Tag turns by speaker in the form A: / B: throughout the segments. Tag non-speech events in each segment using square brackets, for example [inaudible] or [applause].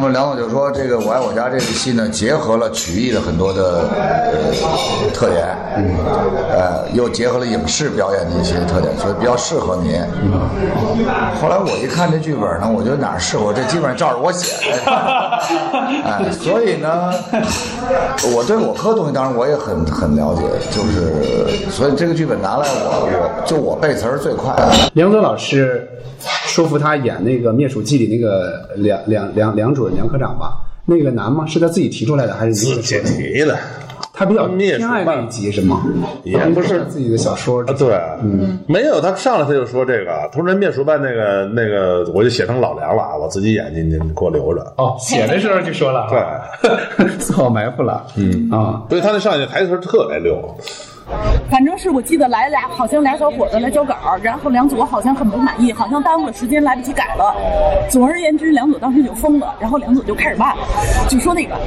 A: 后梁总就说：“这个《我爱我家》这个戏呢，结合了曲艺的很多的呃特点，嗯，呃，又结合了影视表演的一些特点，所以比较适合您。后来我一看这剧本呢，我觉得哪儿适合我，这基本上照着我
B: [laughs]
A: 写的，哎，所以呢，我对我科东西当然我也很很了解，就是所以这个剧本拿来我我就我背词儿最快。”
C: 梁左老师说服他演那个《灭鼠记》里那个梁梁梁梁主任梁科长吧，那个难吗？是他自己提出来的还是你给
D: 自
C: 他
D: 己
C: 说的？
D: 提的。
C: 他比较
D: 灭鼠
C: 偏爱那一集是吗？
D: 也不是
C: 自己的小说
D: 啊，对，嗯，没有，他上来他就说这个，啊他说人灭鼠办那个那个，我就写成老梁了啊，我自己演进去，你给我留着。
C: 哦，写的时候就说了，啊
D: 对，
C: [laughs] 做好埋伏了，嗯啊，
D: 所以他那上去台词特别溜，
E: 反正是我记得来俩，好像俩小伙子来交稿，然后梁左好像很不满意，好像耽误了时间，来不及改了。总而言之，梁左当时就疯了，然后梁左就开始骂，就说那个哎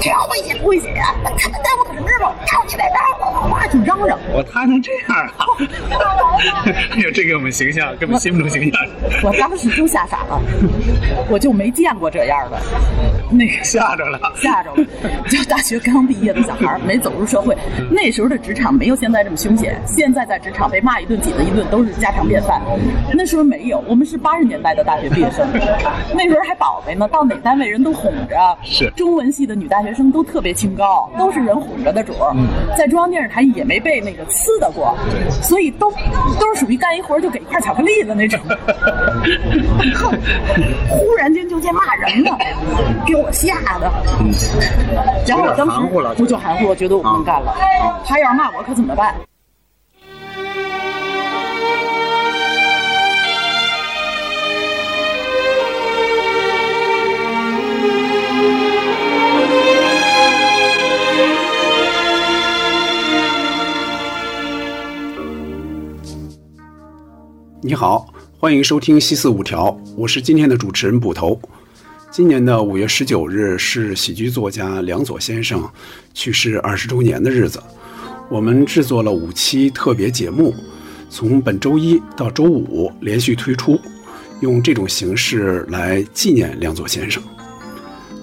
E: 只要会写不会写呀，他们耽误什么日子？让你得耽误，哇就嚷嚷。
F: 我他能这样啊！哎呦，这给我们形象，给我们心目中形象
E: 我当时就吓傻了，我就没见过这样的，那个
F: 吓着了。
E: 吓着了。就大学刚毕业的小孩儿，没走入社会，那时候的职场没有现在这么凶险。现在在职场被骂一顿、挤了一顿都是家常便饭。那时候没有，我们是八十年代的大学毕业生，那时候还宝贝呢，到哪单位人都哄着。
F: 是
E: 中文系的女大学生都特别清高，都是人哄着的主儿。
F: 嗯
E: 在中央电视台也没被那个呲的过，所以都都是属于干一活儿就给一块巧克力的那种。忽然间就见骂人了，给我吓的。然后我当时
C: 嗯有点含糊了嗯
E: 我就含糊，我觉得我不能干了。
G: 哎
E: 他要是骂我可怎么办？
C: 你好，欢迎收听《西四五条》，我是今天的主持人捕头。今年的五月十九日是喜剧作家梁左先生去世二十周年的日子，我们制作了五期特别节目，从本周一到周五连续推出，用这种形式来纪念梁左先生。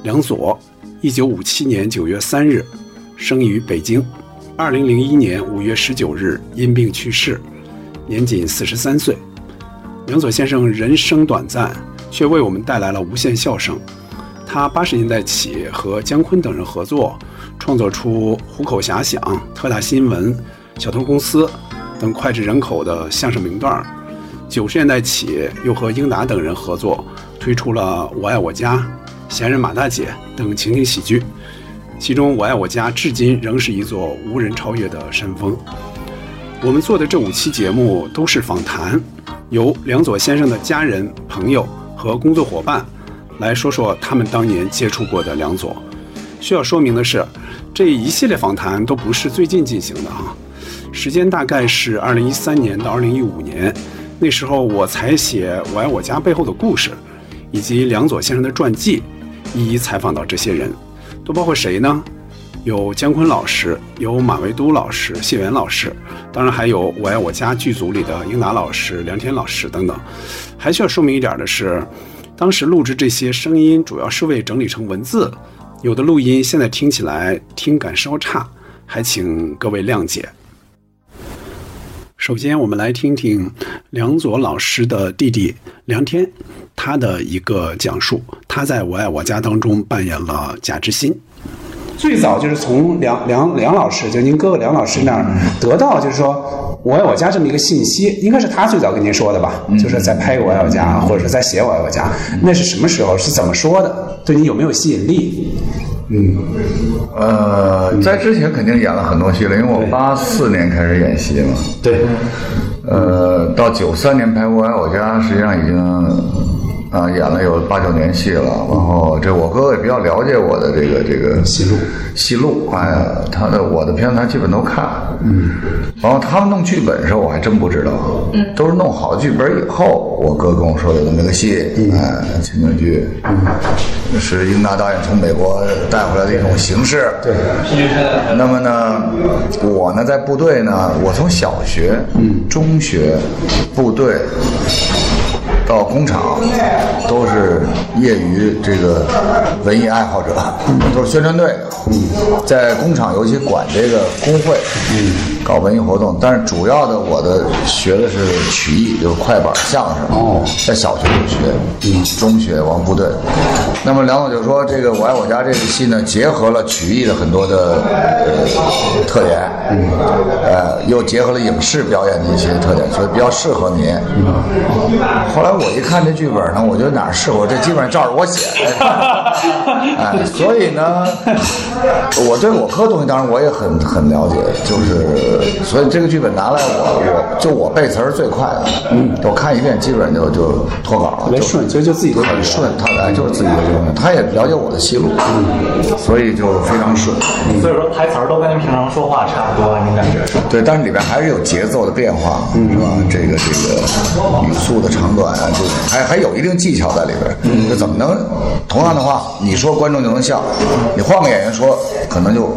C: 梁左，一九五七年九月三日生于北京，二零零一年五月十九日因病去世，年仅四十三岁。梁左先生人生短暂，却为我们带来了无限笑声。他八十年代起和姜昆等人合作，创作出《虎口遐想》《特大新闻》《小偷公司》等脍炙人口的相声名段儿。九十年代起又和英达等人合作，推出了《我爱我家》《闲人马大姐》等情景喜剧。其中，《我爱我家》至今仍是一座无人超越的山峰。我们做的这五期节目都是访谈，由梁左先生的家人、朋友和工作伙伴来说说他们当年接触过的梁左。需要说明的是，这一系列访谈都不是最近进行的啊，时间大概是二零一三年到二零一五年，那时候我才写《我爱我家》背后的故事，以及梁左先生的传记，一一采访到这些人，都包括谁呢？有姜昆老师，有马未都老师、谢元老师，当然还有《我爱我家》剧组里的英达老师、梁天老师等等。还需要说明一点的是，当时录制这些声音主要是为整理成文字，有的录音现在听起来听感稍差，还请各位谅解。首先，我们来听听梁左老师的弟弟梁天他的一个讲述，他在《我爱我家》当中扮演了贾志新。最早就是从梁梁梁老师，就您哥哥梁老师那儿得到，就是说我爱我家这么一个信息，应该是他最早跟您说的吧？就是在拍我爱我家，或者是在写我爱我家，那是什么时候？是怎么说的？对你有没有吸引力？
A: 呃，在之前肯定演了很多戏了，因为我八四年开始演戏嘛，
C: 对，
A: 呃，到九三年拍《我爱我家》，实际上已经啊、演了有八九年戏了。然后这我哥哥也比较了解我的这个这个戏路，戏路，哎呀，他的我的片子他基本都看，嗯，然后他们弄剧本的时候我还真不知道，嗯，都是弄好剧本以后，我哥跟我说有那么一个戏，哎，情景剧，是英达导演从美国带回来的一种形式，对。那么呢，我呢在部队呢，我从小学、中学、部队、到工厂，都是业余这个文艺爱好者，都是宣传队的，在工厂尤其管这个工会，搞文艺活动。但是主要的我的学的是曲艺，就是快板、相声。哦，在小学就学，中学王部队。那么梁总就说，这个《我爱我家》这个戏呢，结合了曲艺的很多的呃特点，呃，又结合了影视表演的一些特点，所以比较适合你。
H: 嗯
A: 后来我一看这剧本呢，我觉得哪儿适合，这基本上照着我写的。哎，所以呢，我对我科东西当然我也很很了解，就是所以这个剧本拿来我我就我背词儿是最快的，我看一遍基本上就就脱稿了，
I: 来
A: 就
I: 嗯顺，所以就自己都
A: 很顺，他来就是自己的东西，他也了解我的戏路，
I: 嗯
A: 所以就非常顺。
J: 所以说台词儿都跟您平常说话差不多，您感觉是？
A: 对，但是里边还是有节奏的变化，是吧？这个这个语速的长短啊，就还还有一定技巧在里边。嗯，就怎么能同样的话，你说观众就能笑，你换个演员说，可能就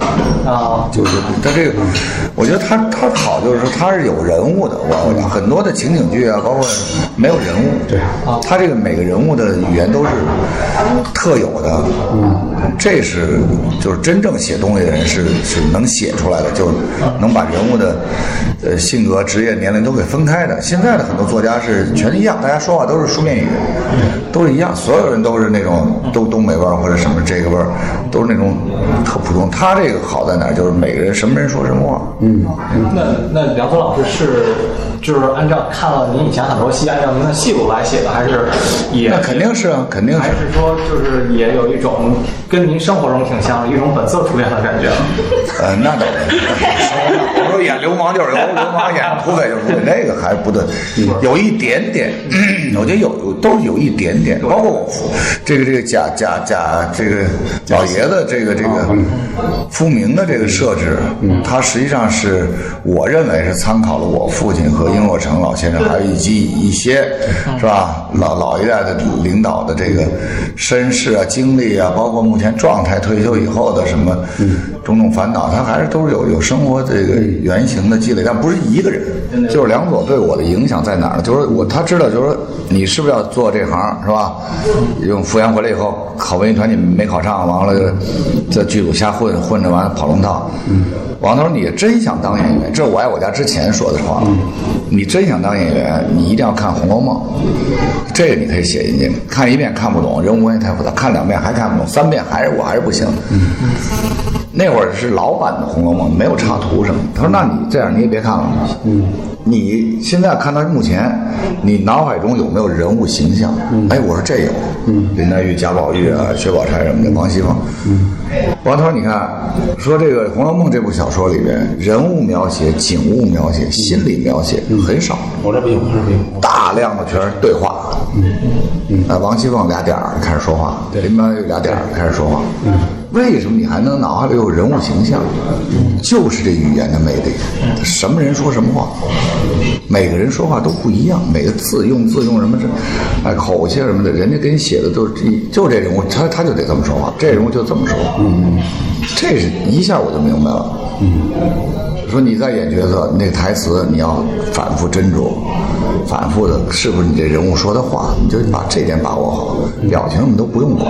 J: 啊，
A: 就就他这个，我觉得他他好就是说他是有人物的，我我很多的情景剧啊，包括没有人物，对，啊他这个每个人物的语言都是特有的，嗯，这是就是真正写东西的人是是能写出来的，就是能把人物的呃性格、职业、年龄都给分开的。现在的很多作家是全一样，大家说话都是书面语，都是一样，所有人都是那种都东北味儿或者什么这个味儿，都是那种特普通。他这个好在哪儿？就是每个人什么人说什么话，嗯，
J: 那那梁聪老师是就是按照看了您以前很多戏，按照您的戏路来写的，还是也
A: 那肯定是啊，肯定是
J: 还。是说就是也有一种跟您生活中挺像的一种本色出演的感觉？啊
A: [laughs] 呃，那倒没有。 [laughs] 我说演流氓就是流流氓，演土匪就是土匪，那个还不对，
J: 嗯
A: 有一点点， [clears throat] 我觉得有有都有一点点，包括我这个这个贾贾贾这个老爷子这个这
J: 啊
A: 个
J: 嗯
A: 夫明的这个设置，他实际上是我认为是参考了我父亲和殷若成老先生，还有以及一些是吧老老一代的领导的这个身世啊、经历啊，包括目前状态、退休以后的什么种种烦恼，他还是都是有有生活这个原型的积累，但不是一个人。就是梁左对我的影响在哪儿呢？就是我他知道，就是说你是不是要做这行是吧？用复员回来以后考文艺团，你没考上，完了就在剧组瞎混，混着完了跑龙套。王头，你真想当演员？这是我爱我家之前说的话。你真想当演员，你一定要看《红楼梦》，这个你可以写进去。看一遍看不懂，人物关系太复杂；看两遍还看不懂，三遍还是我还是不行。那会儿是老版的《红楼梦》，没有插图什么。他说：“那你这样你也别看了。”嗯。你现在看到目前，你脑海中有没有人物形象？哎，我说这有，林黛玉、贾宝玉啊、薛宝钗什么的，王熙凤。王涛，你看，啊说这个《红楼梦》这部小说里边，人物描写、景物描写、心理描写很少。
I: 嗯我这不行，我这不行。
A: 大量的全是对话。嗯嗯，王熙凤俩点儿开始说话，林黛玉俩点儿开始说话。嗯，为什么你还能脑海里有人物形象？
I: 嗯
A: 就是这语言的魅力，什么人说什么话，每个人说话都不一样，每个字用字用什么这，哎，口气什么的，人家给你写的都是就这人物，他他就得这么说话，这人物就这么说话。嗯，这是一下我就明白了。说你在演角色，那个台词你要反复斟酌，反复的是不是你这人物说的话，你就把这点把握好，表情你都不用管，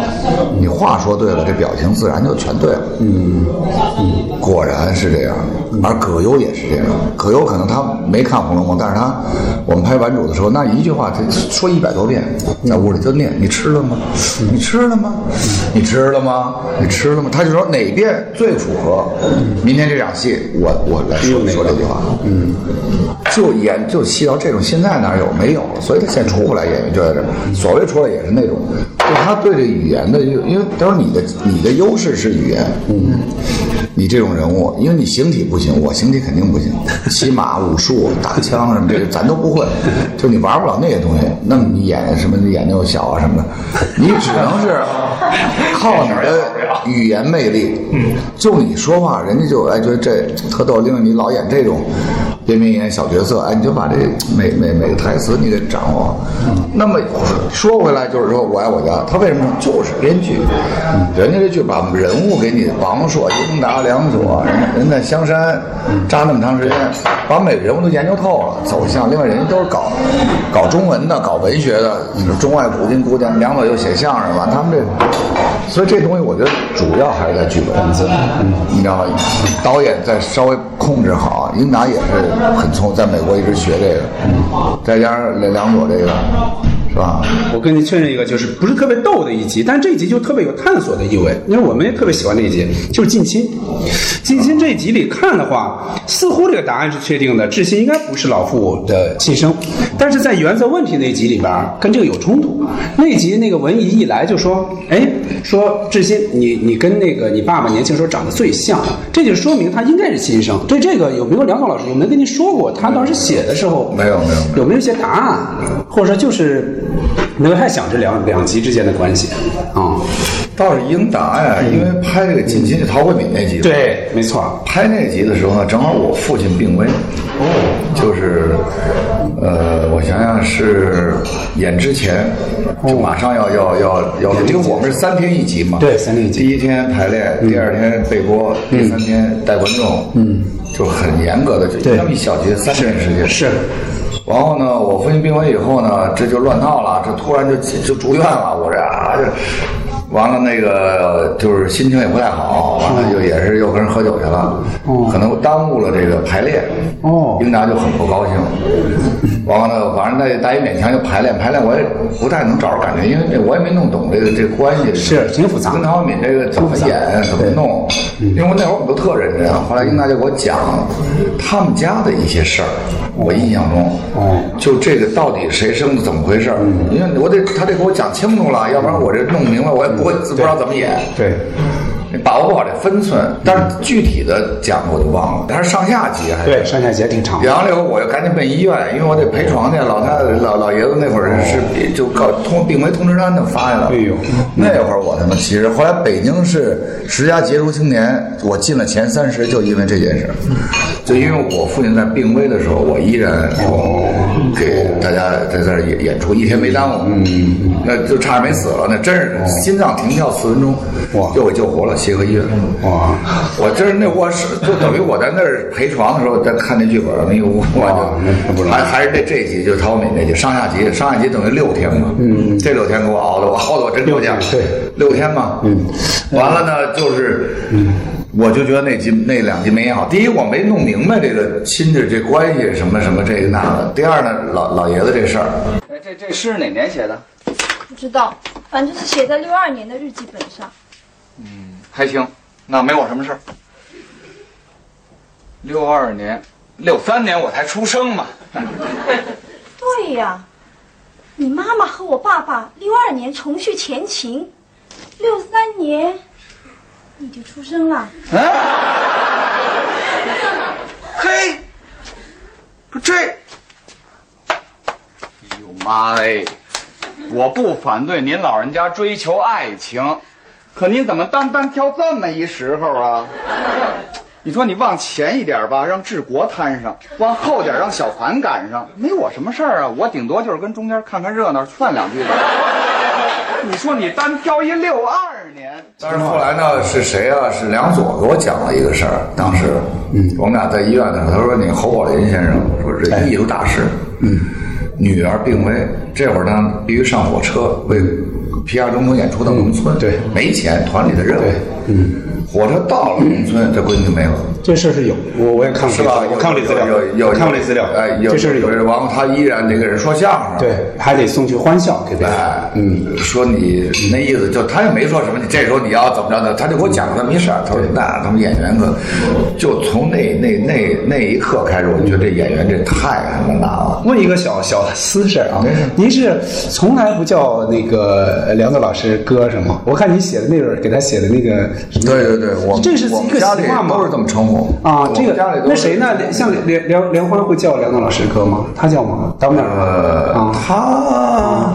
A: 你话说对了，这表情自然就全对了。嗯，果然是这样，而葛优也是这样。葛优可能他没看《红楼梦》，但是他我们拍《顽主》的时候，那一句话他说一百多遍，在屋里就念：“你吃了吗？你吃了吗？你吃了吗？你吃了吗？”他就说哪遍最符合明天这场戏，我我来说说这句话。嗯，就演就戏到这种，现在哪有没有了？所以他现在出不来演员就在这儿，所谓出来也是那种，就他对这语言的，因为他说你的你的优势是语言，嗯。你这种人物，因为你形体不行，我形体肯定不行，骑马、武术、打枪什么这个咱都不会，就你玩不了那些东西。那么你演什么演那种小啊什么的，你只能是 [laughs] 靠你的呃语言魅力，嗯，就你说话，人家就哎觉得这特逗，因为你老演这种边边演小角色，哎，你就把这每每每个台词你得掌握。
D: 嗯
A: 那么说回来，就是说我爱我家，他为什么呢就是编剧，人家这剧把人物给你王朔、英达、梁左，人家人在香山扎那么长时间，把每个人物都研究透了走向。另外，人家都是搞搞中文的、搞文学的，中外古今古典，梁左又写相声嘛，他们这，所以这东西我觉得主要还是在剧本，你知道吗？导演再稍微控制好，英达也是很聪，在美国一直学这个，再加上梁梁左这个，是吧？
I: 我跟您确认一个，就是不是特别逗的一集，但是这一集就特别有探索的意味，因为我们也特别喜欢这一集，就是近亲。近亲这一集里看的话，似乎这个答案是确定的，志新应该不是老傅的亲生，但是在原则问题那一集里边儿跟这个有冲突。那一集那个文姨一来就说，哎，说志新，你你跟那个你爸爸年轻时候长得最像，这就说明他应该是亲生。对这个有没有梁总老师有没有跟您说过？他当时写的时候
A: 没有没有
I: 有没有一些答案，或者说就是能太想这两两集之间的关系啊、
A: 倒是英达呀，因为拍这个《近亲》是陶慧敏那集，，
I: 嗯对，没错，
A: 拍那集的时候呢，正好我父亲病危，哦，就是，呃，我想想是演之前
I: 哦
A: 就马上要要要要，因为我们是三天一集嘛，
I: 对三天一集嗯
A: 第一天排练，第二天备播，第三天带观众，嗯，就很严格的，就那么一小节三天时间
I: 是。
A: 然后呢，我父亲病危以后呢，这就乱套了，这突然就就住院了，我这啊这。完了，那个就是心情也不太好，完了就也是又跟人喝酒去了，可能耽误了这个排练。
I: 哦
A: 英达就很不高兴。完了，反正那大爷勉强就排练，排练我也不太能找着感觉，因为这我也没弄懂这个这个关系
I: 是挺复杂嗯
A: 跟陶敏这个怎么演怎么弄，因为我那会儿我们都特认真啊。后来英达就给我讲他们家的一些事儿，我印象中，
I: 哦嗯
A: 就这个到底谁生的怎么回事儿，因为我得他得给我讲清楚了，要不然我这弄不明白，我也不会不知道怎么演。
I: 嗯对，嗯
A: 你把握不好这分寸，但是具体的讲我就忘了，但是上下集还是
I: 对，上下节挺长的。
A: 然后了以后，我又赶紧奔医院，因为我得陪床去。老太太、老老爷子那会儿是就告通病危通知单就发下来了。
I: 哦
A: 嗯
I: 哎呦
A: 那会儿我他妈其实后来北京市十佳杰出青年，我进了前三十，就因为这件事儿，就因为我父亲在病危的时候，我依然哦给大家在这儿演演出，一天没耽误。嗯，哦那就差点没死了，那真是心脏停跳四分钟，
I: 哇
A: 就给救活了，协和医院。
I: 哇，
A: 我真是那卧室，就等于我在那儿陪床的时候，在看那剧本，那一屋我就还还是这这一集，就是陶敏那集，上下集，上下集等于六天嘛，嗯，这六天给我熬的，我熬的我真够呛，
I: 对，
A: 六天嘛，嗯，完了呢就是，我就觉得那集那两集没演好，第一我没弄明白这个亲戚这关系什么什么这个那个，第二呢老老爷子这事儿，
K: 哎，这这诗是哪年写的？
B: 不知道，反正是写在六二年的日记本上。
K: 嗯还行，那没我什么事儿。六二年，六三年我才出生嘛。
B: 对呀，你妈妈和我爸爸六二年重续前情，六三年你就出生了。
K: 嘿，不这，哎呦妈哎！我不反对您老人家追求爱情，可您怎么单单挑这么一时候啊？你说你往前一点吧，让治国摊上；往后点让小谭赶上，没我什么事儿啊。我顶多就是跟中间看看热闹，算两句吧。你说你单挑一六二年，
A: 但是后来呢，是谁啊？是梁左给我讲了一个事儿。当时，嗯，我们俩在医院的时候，他说：“你侯宝林先生，说
K: 哎
A: 这艺术大师，嗯，女儿病危，这会儿呢必须上火车为皮亚中村演出到农
I: 嗯
A: 村，对，没钱，团里的任务，嗯，火车到了农
I: 嗯
A: 村，这闺女没了，
I: 这事儿是有，我我也看过
A: 是
I: 这个
A: 吧？
I: 我看过这资料，
A: 有有有
I: 我看过这资料，
A: 哎，有
I: 这事儿
A: 有人，然后他依然得给人说相声，
I: 对，还得送去欢笑给别人。
A: 哎，嗯，说你那意思就他也没说什么，你这时候你要怎么着呢？他就给我讲了这么一事儿，他说那他们演员可就从那那那那一刻开始，我觉得这演员这太他妈难了。
I: 问一个小小私事儿啊
A: 没事，
I: 您是从来不叫那个呃梁左老师哥是吗？我看你写的那本儿给他写的那个什么
A: 对对对，我们
I: 嗯这是
A: 我
I: 一
A: 们
I: 个
A: 家
I: 习
A: 里
I: 惯吗？
A: 都是这么称呼
I: 啊，这
A: 我们家里
I: 个
A: 都是
I: 那谁呢？像梁梁梁欢会叫梁左老师哥吗？他叫吗？当面
A: 呃
I: 啊，
A: 他。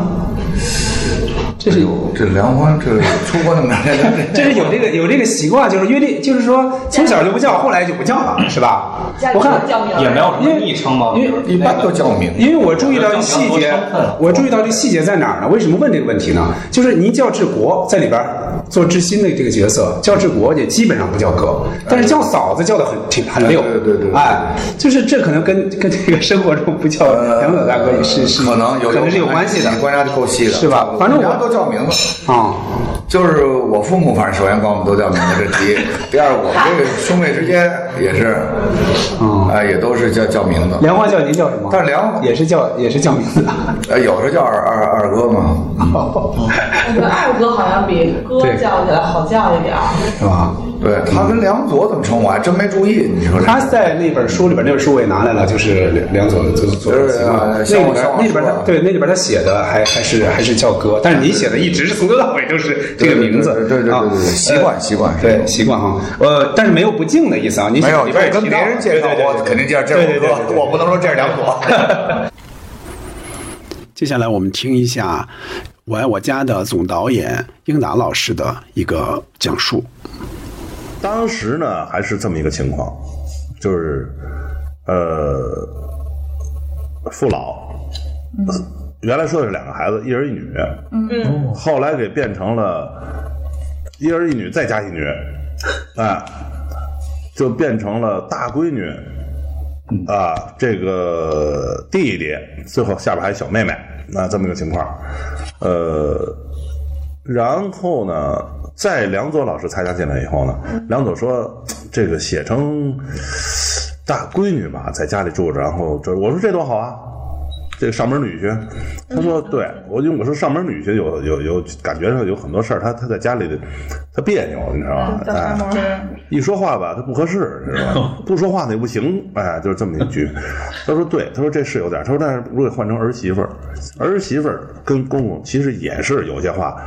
I: 这是有
A: 这梁欢这出过那么长时间，
I: [laughs] 就是有这个有这个习惯，就是约定，就是说从小就不叫，后来就不叫了，是吧？我看
J: 也没有什么昵称嘛，因为
A: 一般都叫名。
I: 因为我注意到一细节，我注意到这细节在哪儿呢？为什么问这个问题呢？就是您叫治国在里边儿做知心的这个角色，叫治国也基本上不叫哥，但是叫嫂子叫的很挺很溜，
A: 对对对对
I: 哎，就是这可能跟跟这个生活中不叫杨柳大哥也是是
A: 可能有
I: 呃可能是有关系的
A: 你观察的够细的，
I: 是吧反正我
A: 人家都叫名字，
I: 啊。
A: 就是我父母，反正首先管我们都叫名字，这第一。第二，我这个兄妹之间也是，
I: 嗯
A: 哎，也都是叫叫名字。
I: 梁花叫您叫什么？
A: 但是梁
I: 也是叫也是叫名
A: [laughs]
I: 字，
A: 呃，有时候叫二二二哥
I: [laughs]
A: 嘛，
L: 我觉得二哥好像比哥叫起来好叫一点儿。
I: 是吧？
A: 对
I: 嗯
A: 他跟梁左怎么称呼，我还真没注意。你说这
I: 他在那本书里边，那本书我也拿来了，就是梁左就是左
A: 就是
I: 习惯
A: 呃
I: 那
A: 像
I: 里
A: 我
I: 边
A: 像我
I: 那里边
A: 说
I: 他
A: 的
I: 对那里边他写的还还是还是叫哥，但是您写的一直是从头到尾都是这个名字，
A: 对对对对对对
I: 啊
A: 对对对习惯
I: 呃
A: 习惯是
I: 对习惯哈，呃，但是没有不敬的意思啊，您
A: 没有，
I: 里
A: 就
I: 边
A: 是
I: 也
A: 跟
I: 提
A: 别
I: 到
A: 人介绍，
I: 对对对
A: 我
I: 对
A: 肯定介绍这是
I: 对对对
A: 我
I: 对
A: 哥，
I: 对
A: 我不能说这是梁左。
C: 接下来我们听一下《我爱我家》的总导演英达老师的一个讲述。
D: 当时呢，还是这么一个情况，就是，呃，父老，原来说的是两个孩子，一儿一女，嗯，后来给变成了一儿一女再加一女，哎，就变成了大闺女，啊，这个弟弟，最后下边还有小妹妹，那这么一个情况，呃，然后呢，在梁左老师参加进来以后呢，梁左说这个写成大闺女吧，在家里住着，然后这我说这多好啊。这个上门女婿，他说对我，因为我说上门女婿有有有感觉上有很多事儿，他他在家里他别扭，你知道
A: 嗯
D: 吧？哎，一说话吧，他不合适，你知道吧？不说话那也不行，哎，就是这么一局。 [laughs] 他说对，他说这是有点儿，他说但是如果换成儿媳妇儿，儿媳妇儿跟公公其实也是有些话，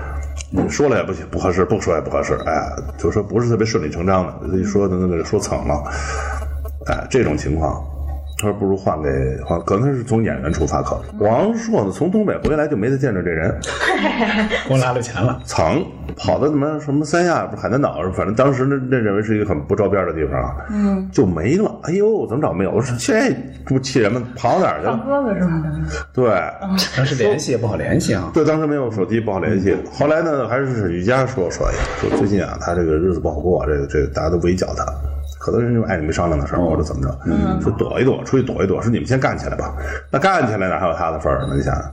D: 你说了也不行，不合适，不说也不合适，哎，就说不是特别顺理成章的，一说那那说蹭了，哎，这种情况。他说：“不如换给换，可能是从演员出发考虑。王朔呢，从东北回来就没再见着这人，
F: [laughs] 光拉着钱了，
D: 藏跑到什么什么三亚，不是海南岛，反正当时那那认为是一个很不着边的地方啊，嗯，就没了。哎呦，怎么找没有？我说这不气人吗？跑哪儿去了？
L: 鸽子是吗？
D: 对，
F: 当时联系也不好联系啊。嗯
D: 对，当时没有手机，不好联系。后来呢，还是瑜伽说说，哎呀，说最近啊，他这个日子不好过，这个这个大家都围剿他，可多人就爱你没商量的事儿，或者怎么着，
F: 嗯
D: 嗯说躲一躲，出去躲一躲，说你们先干起来吧。那干起来哪还有他的份儿呢？你想想。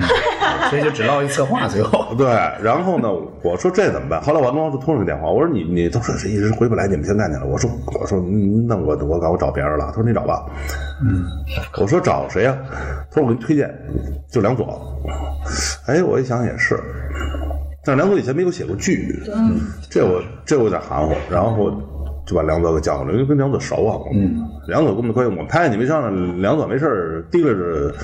F: [laughs] 所以就只落一策划，最后
D: 对，然后呢，我说这怎么办？后来我跟王志通了个电话，我说你你都说是一直回不来，你们先干去了。我说我说嗯那我我搞我找别人了。他说你找吧，嗯，我说找谁呀、他说我给你推荐，就梁左。哎，我一想也是，但梁左以前没有写过剧，嗯，这我这我有点含糊，然后就把梁左给叫过来，因为跟梁左熟啊，嗯，梁左跟我们的关系，我们拍你没上来，梁左没事儿提溜着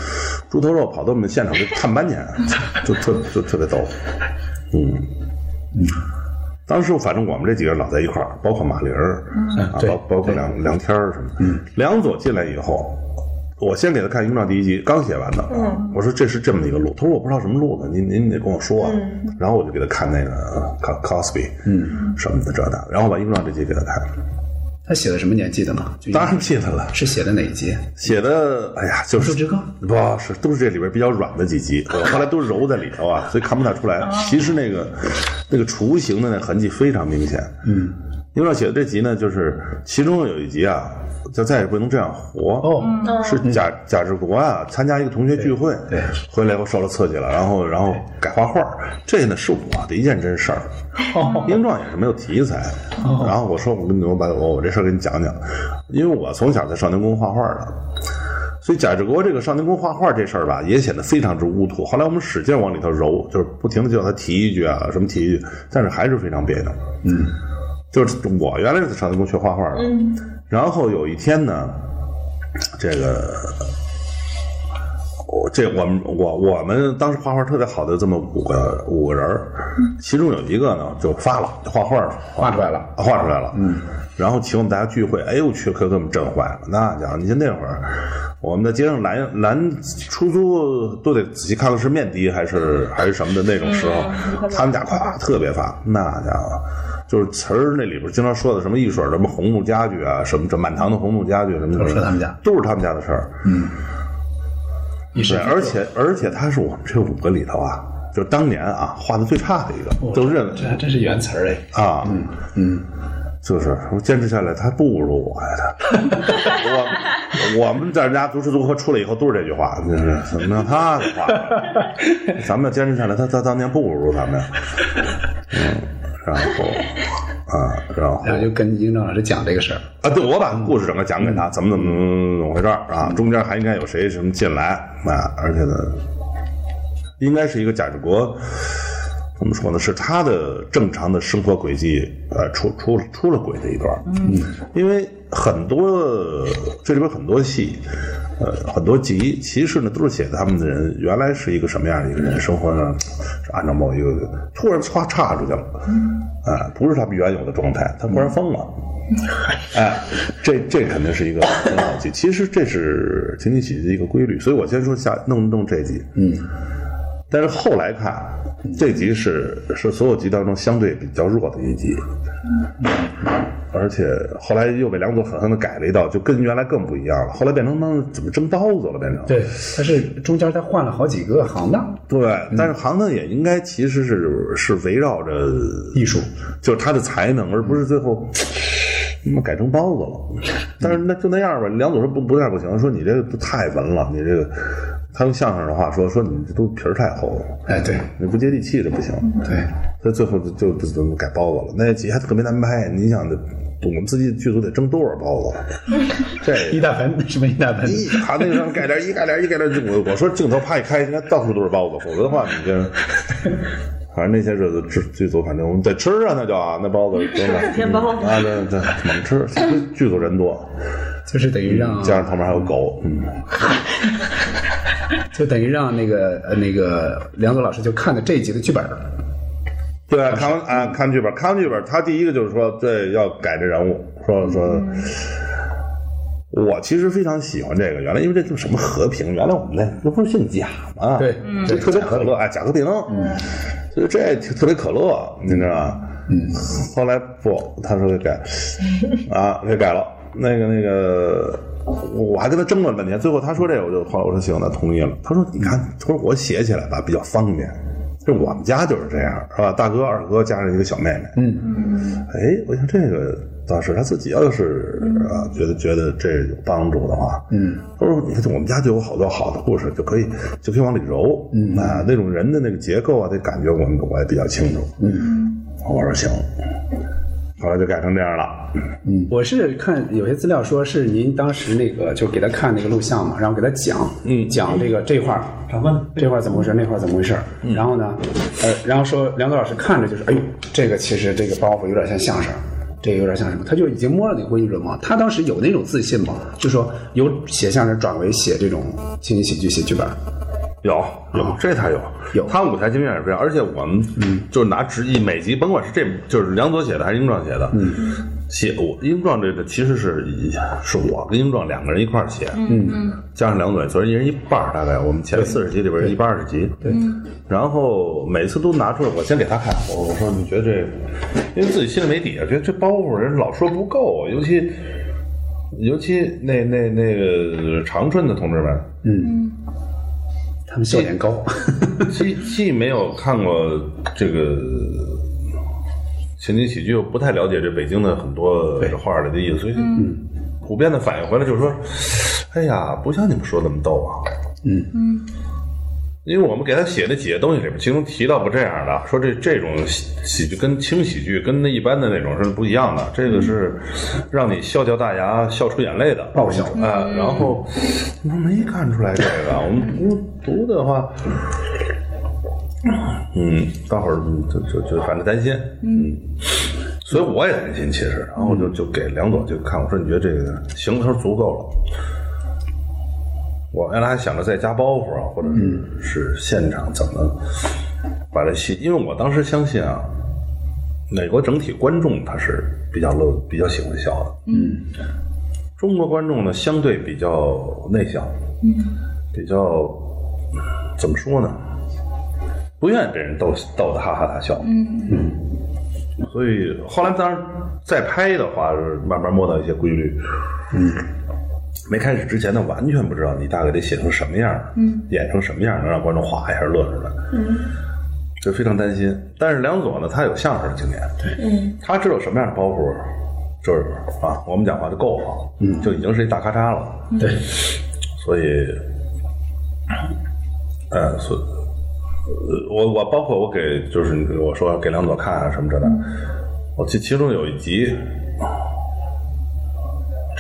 D: 猪头肉跑到我们现场去探班去， [laughs] 就特就特别逗，嗯。当时反正我们这几个人老在一块儿，包括马玲儿，啊，包包括梁梁天儿什么的。梁左进来以后，我先给他看《英照》第一集，刚写完的。我说这是这么一个路，他说我不知道什么路子，您您得跟我说啊。然后我就给他看那个 Co- Cosby，嗯，什么的这的，然后把《英照》这集给他看，
C: 他写的什么年纪的吗？就
D: 当然记得了，
C: 是写的哪一集？
D: 写的哎呀就是
C: 之歌
D: 不是都是这里边比较软的几集，我后来都揉在里头啊，所以看不太出
C: [laughs]
D: 来。其实那个那个雏形的那痕迹非常明显，嗯。英照写的这集呢，就是其中有一集啊，叫《再也不能这样活》，哦，是贾贾志国啊参加一个同学聚会，对，回来以后受了刺激了，然后然后改画画，这呢是我的一件真事儿。英壮也是没有题材，然后我说我跟你我把我我这事儿给你讲讲，因为我从小在少年宫画画的，所以贾志国这个少年宫画画这事儿吧，也显得非常之乌土。后来我们使劲往里头揉，就是不停的叫他提一句啊，什么提一句，但是还是非常别扭。嗯，就是我原来是在少年宫学画画的，嗯，然后有一天呢，这个我这我们我我们当时画画特别好的这么五个五个人儿，其中有一个呢就发了画画画出来了，画出来了，嗯，然后请我们大家聚会，哎呦我去，可给我们震坏了。那家伙，你像那会儿我们在街上拦拦出租都得仔细看看是面的还是还是什么的那种时
I: 嗯
D: 候，他们家夸特别发，那家伙。就是词儿那里边经常说的什么一水儿什么红木家具啊，什么这满堂的红木家具什么的，
M: 都是他们家，
D: 都是他们家的事儿。嗯，对，而且而且他是我们这五个里头啊，就是当年啊画的最差的一个，都认为
I: 哦这还真是原词儿哎。
D: 啊，嗯嗯，就是我坚持下来，他不如我呀。
I: [laughs]
D: 他我我们在家读书组合出来以后都是这句话，就是怎么让他给
I: [laughs]
D: 画了，咱们要坚持下来，他他当年不如咱们呀。嗯然后啊，然后
I: 然后就跟英正老师讲这个事儿
D: 啊，对我把故事整个讲给他，怎么怎么怎么怎么回事儿啊，中间还应该有谁什么进来啊，而且呢，应该是一个贾志国。怎么说呢？是他的正常的生活轨迹，呃，出出出了轨的一段。嗯，因为很多这里边很多戏，呃，很多集，其实呢都是写他们的人原来是一个什么样的一个人，生活呢是按照某一个突然歘岔出去了，啊、不是他们原有的状态，他忽然疯了。哎，这这肯定是一个很好的集。其实这是情景喜剧的一个规律，所以我先说下弄弄这集。嗯，但是后来看，这集是是所有集当中相对比较弱的一集，而且后来又被梁左狠狠的改了一道，就跟原来更不一样了。后来变成他们怎么争刀子了，变成
I: 对，他是中间他换了好几个嗯行当，
D: 对。但是行当也应该其实是是围绕着艺术，就是他的才能，而不是最后。他妈改成包子了，但是那就那样吧。梁左说不不那样不行，说你这个都太文了，你这个，他用相声的话说说你这都皮儿太厚了，
I: 哎，对，
D: 你不接地气这不行。
I: 对，
D: 所以最后就就就就改包子了。那集还特别难拍，你想得我们自己剧组得蒸多少包子？这
I: [laughs] 一大盆什么一大盆，
D: 一 [laughs] 他那个上面盖帘儿一盖帘儿一盖帘儿，我我说镜头啪一开，应该到处都是包子，否则的话你
I: [laughs]
D: 这。反正那些日子，剧剧组反正我们得吃啊，那就啊，那包子
I: [laughs]
D: 真的
L: 天包子
D: 啊，对对，猛吃。其实剧组人多，
I: 就是等于让
D: 加上旁边还有狗，嗯，
I: 就等于让那个呃那个梁左老师就看了这一集的剧本，
D: 对，看完啊，看剧本，看完剧本，他第一个就是说，对，要改这人物，说说。我其实非常喜欢这个，原来因为这就什么和平，原来我们那那不是姓贾吗？
I: 对嗯
D: 就特别可乐，哎，贾和平，嗯，所以这特别可乐，你知道吗？嗯，后来不，他说给改，啊，给改了，那个那个。我还跟他争论了半天，最后他说这个，我就后来我说行，那同意了。他说你看，他说我写起来吧比较方便，就我们家就是这样，是吧？大哥、二哥加上一个小妹妹，
I: 嗯，
D: 哎，我想这个倒是他自己要是啊，觉得觉得这有帮助的话，
I: 嗯，
D: 他说你看我们家就有好多好的故事，就可以就可以往里揉，嗯啊，那种人的那个结构啊，这感觉我们我也比较清楚，嗯，我说行，后来就改成这样了，
I: 嗯，我是看有些资料说是您当时那个就给他看那个录像嘛，然后给他讲，嗯，讲这个这块儿，这块儿怎么回事，那块儿怎么回事，
D: 嗯
I: 然后呢，呃，然后说梁左老师看着就是，哎呦，这个其实这个包袱有点像相声。这个有点像什么？他就已经摸了那个规律了嘛。他当时有那种自信嘛，就说由写相声转为写这种情景喜剧、写剧本。啊
D: 有有，这他有有，哎嗯他舞台经验也是这样，而且我们就是拿直译每集，甭管是这就是梁左写的还是英壮写的，写我英壮这个其实是以是我跟英壮两个人一块儿写，
I: 嗯嗯，
D: 加上梁左，所以一人一半儿大概，我们前四十集里边一百二十集，对，
I: 嗯
D: 然后每次都拿出来，我先给他看，我我说你觉得这，因为自己心里没底啊，觉得这包袱人老说不够，啊尤其尤其那那那个长春的同志们，
I: 嗯，他们笑点高，
D: 既既没有看过这个情景喜剧，又不太了解这北京的很多画里的意思，所以普遍的反应回来就是说：“哎呀，不像你们说那么逗啊。”
I: 嗯
D: 嗯，因为我们给他写那几个东西里面，其中提到过这样的，说这这种喜喜剧跟轻喜剧跟那一般的那种是不一样的，这个是让你笑掉大牙、笑出眼泪的
I: 爆笑
D: 啊。然后我说没看出来这个，我们读读的话。嗯，待会儿就就就反正担心，嗯，所以我也担心，其实，然后我就就给梁总就看，我说你觉得这个行头足够了，我原来还想着再加包袱啊，或者是是现场怎么把这戏，因为我当时相信啊，美国整体观众他是比较乐、比较喜欢笑的，
M: 嗯
D: 中国观众呢相对比较内向，
M: 嗯
D: 比较嗯怎么说呢，不愿意被人逗逗得哈哈大笑，
M: 嗯
D: 所以后来当然再拍的话，是慢慢摸到一些规律。嗯，没开始之前呢，完全不知道你大概得写成什么样儿，
M: 嗯
D: 演成什么样儿能让观众哗一下乐出来，就非常担心。但是梁左呢，他有相声的经验，
M: 嗯
D: 他知道什么样的包袱，就是啊，我们讲话就够了，嗯，就已经是一大咔嚓了，
M: 对，
D: 所以，呃，所呃我我包括我给就是你我说给梁左看啊什么这的，我记其中有一集，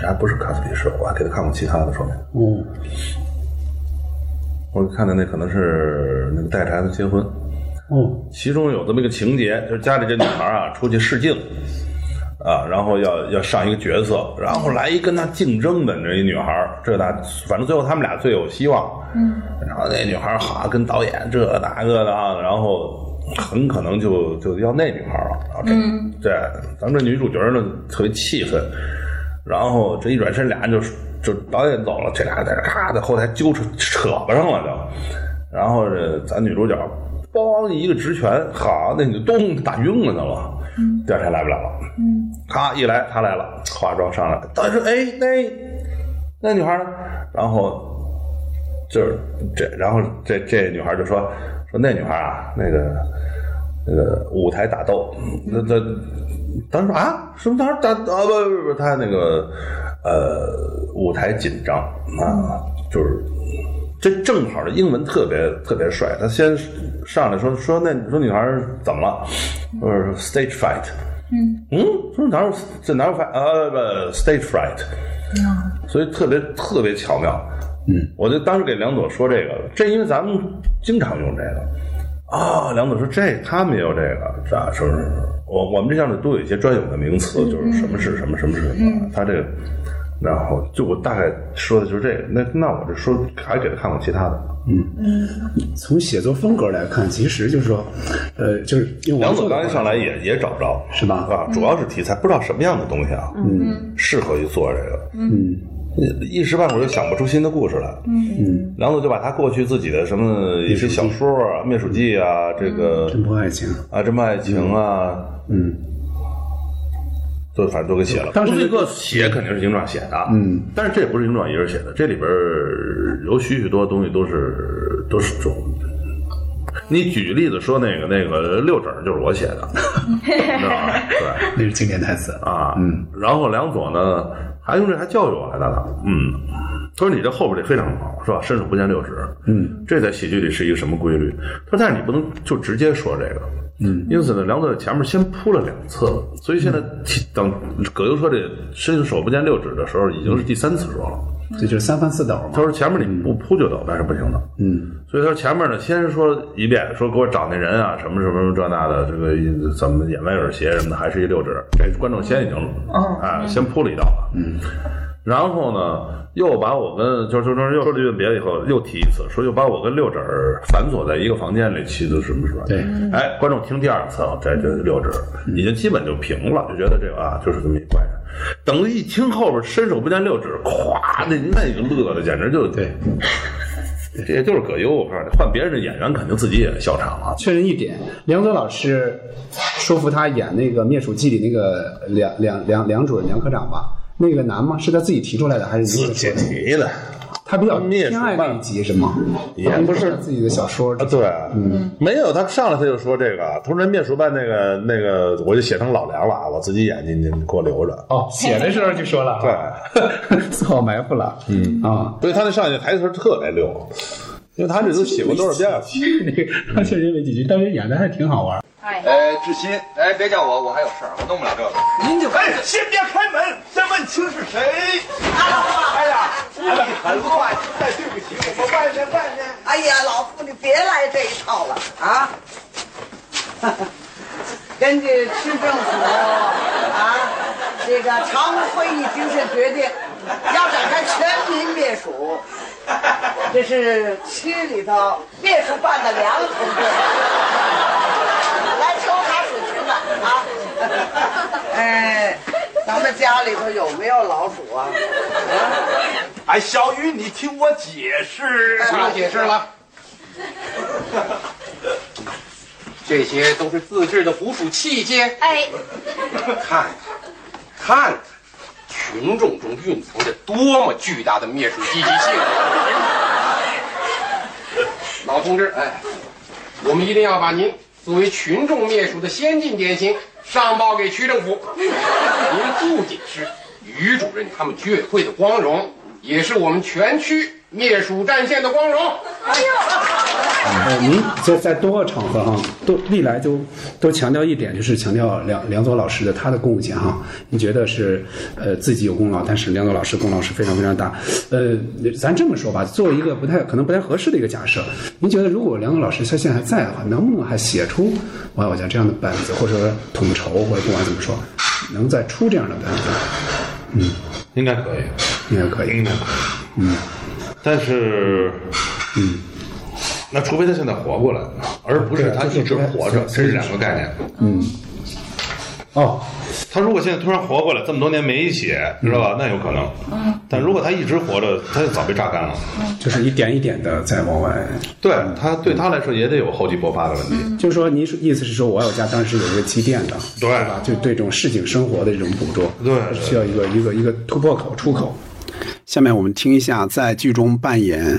D: 这还不是卡斯比什，我还给他看过其他的说明，
C: 哦，
D: 我看的那可能是那个带着孩子结婚，
C: 哦，
D: 其中有这么一个情节， [coughs] 就是家里这女孩啊出去试镜，啊，然后要要上一个角色，然后来一跟她竞争的这一女孩儿，这那，反正最后他们俩最有希望。
M: 嗯
D: 然后那女孩儿好跟导演这那个的啊，然后很可能就就要那女孩儿了。然后这、
M: 嗯
D: 这咱们这女主角呢特别气愤，然后这一转身俩人就就导演走了，这俩人在这咔在后台揪扯扯巴上了就，然后这咱女主角梆一个直拳，好那女的咚打晕了她了，第二天来不了了。
M: 嗯
D: 咔一来，她来了，化妆上来了，但是哎，那那女孩呢？然后就是这，然后这这女孩就说说那女孩啊，那个那个舞台打斗，嗯那那当时说啊，什么当时打啊不不不，她那个呃舞台紧张啊，就是。这正好的英文特别特别帅，他先上来说说那说女孩怎么了？我说 stage fight，
M: 嗯
D: 嗯，说哪有这哪有 fight 呃不 stage fright，所以特别特别巧妙。嗯，我就当时给梁左说这个，这因为咱们经常用这个啊。梁左说这他们也有这个，这啊是不是？我我们这项目都有一些专有的名词，就是什么是什么，什么是什么。他这个，然后就我大概说的就是这个。那那我就说还给他看过其他的，嗯，
L: 嗯，
C: 从写作风格来看，其实就是说，呃，就是因为
D: 梁
C: 王
D: 左
C: 朔
D: 刚
C: 的
D: 才
C: 话
D: 上来也也找不着，是吧？啊，主要是题材，不知道什么样的东西啊，
M: 嗯
D: 适合于做这个。
C: 嗯
D: 一时半会儿就想不出新的故事来，
M: 嗯
D: 梁左就把他过去自己的什么一些小说啊、《灭鼠记》啊，这个《
C: 真不嗯爱情》
D: 啊，《真不爱情》啊，
C: 嗯，
D: 都反正都给写了。
C: 当时
D: 这个写肯定是英壮写的，
C: 嗯，
D: 但是这也不是英壮一人写的，这里边儿有许许多多东西都是都是这种。你举例子说那个那个六整就是我写的，你知道吗？对，
C: 那是经典台词
D: 啊，嗯。然后梁左呢，还用这还教育我来的呢，嗯。他说你这后边这非常好，是吧？伸手不见六指，
C: 嗯
D: 这在喜剧里是一个什么规律？他说，但是你不能就直接说这个。
C: 嗯
D: 因此呢，梁左前面先铺了两次，所以现在提等葛优说这伸手不见六指的时候，已经是第三次说了。
C: 这就是三番四抖嘛。
D: 他说前面你不铺就抖，那是不行的。
C: 嗯
D: 所以他说前面呢，先说一遍，说给我找那人啊，什么什么这那的，这个怎么眼歪耳斜什么的，还是一六指，这观众先已经
M: 哦
D: 啊，先铺了一道了。嗯，然后呢，又把我跟就是就是又说了一遍别的以后，又提一次，说又把我跟六指儿反锁在一个房间里，其实什么什么。
C: 对
D: 哎，观众听第二次啊，这这六指已经基本就平了，就觉得这个啊就是这么一关系。等一听后边伸手不见六指，咵，那那就乐的简直就对。 [laughs] 这也就是葛优，我告诉你，换别人的演员肯定自己也笑场啊了。
C: 确认一点，梁左老师说服他演那个《灭鼠记》里那个梁梁梁梁主任梁科长吧，那个难吗？是他自己提出来的还是自己
D: 提的？
C: 他比较偏爱那一集是吗？
D: 也不是
C: 自己的小说
D: 啊，对，嗯，没有，他上来他就说这个，啊同人灭鼠办那个那个，我就写成老梁了啊，我自己演进去，你给我留着。
C: 哦，写的时候就说了， [laughs] 对，做好埋伏了，嗯啊，
D: 所以他那上去台词特别溜，因为他这都写过多少遍了。
C: 那个他确实没几句，但是演的还挺好玩。
K: 哎，志新，哎，别叫我，我还有事儿，我弄不了这个。您就哎，先别开门，先问清是谁。哎呀，一盆话，再对不起，我们外面外面。
N: 哎呀，老傅，你别来这一套了啊！ [laughs] 根据区政府啊，这个常务会议精神决定，要展开全民灭鼠，这是区里头秘书办的粮食。来抽卡水裙子啊！哎，咱们家里头有没有老鼠啊？
M: 哎，小雨，你听我解释。
K: 不
N: 哎
K: 用解释了，这些都是自制的捕鼠器械。
B: 哎，
M: [laughs] 看看，看看，群众中蕴藏着多么巨大的灭鼠积极性。啊老同志，哎，我们一定要把您作为群众灭鼠的先进典型上报给区政府。您不仅是于主任他们居委会的光荣，也是我们全区灭鼠战线的光荣。
C: 呃，您在在多个场合哈，都历来都都强调一点，就是强调梁梁左老师的他的贡献哈。你觉得是呃自己有功劳，但是梁左老师功劳是非常非常大。呃，咱这么说吧，做一个不太可能不太合适的一个假设，您觉得如果梁左老师他现在还在的话，能不能还写出《王小佳》这样的本子，或者说统筹，或者不管怎么说，能再出这样的本子？嗯，
D: 应该可以，
C: 应该可以，
D: 应该可以。
C: 嗯，
D: 但是，嗯，那除非他现在活过来，而不是他一直活着，这是两个概念。
C: 嗯，哦，
D: 他如果现在突然活过来，这么多年没写，知道吧？那有可能。嗯，但如果他一直活着，他就早被榨干了。
C: 就是一点一点的在往外。
D: 对他，对他来说也得有厚积薄发的问题。
C: 就是说，您是意思是说，我有家当时有一个积淀的，
D: 对
C: 吧？就对这种市井生活的这种捕捉，
D: 对，
C: 需要一个一个一个突破口、出口。下面我们听一下在剧中扮演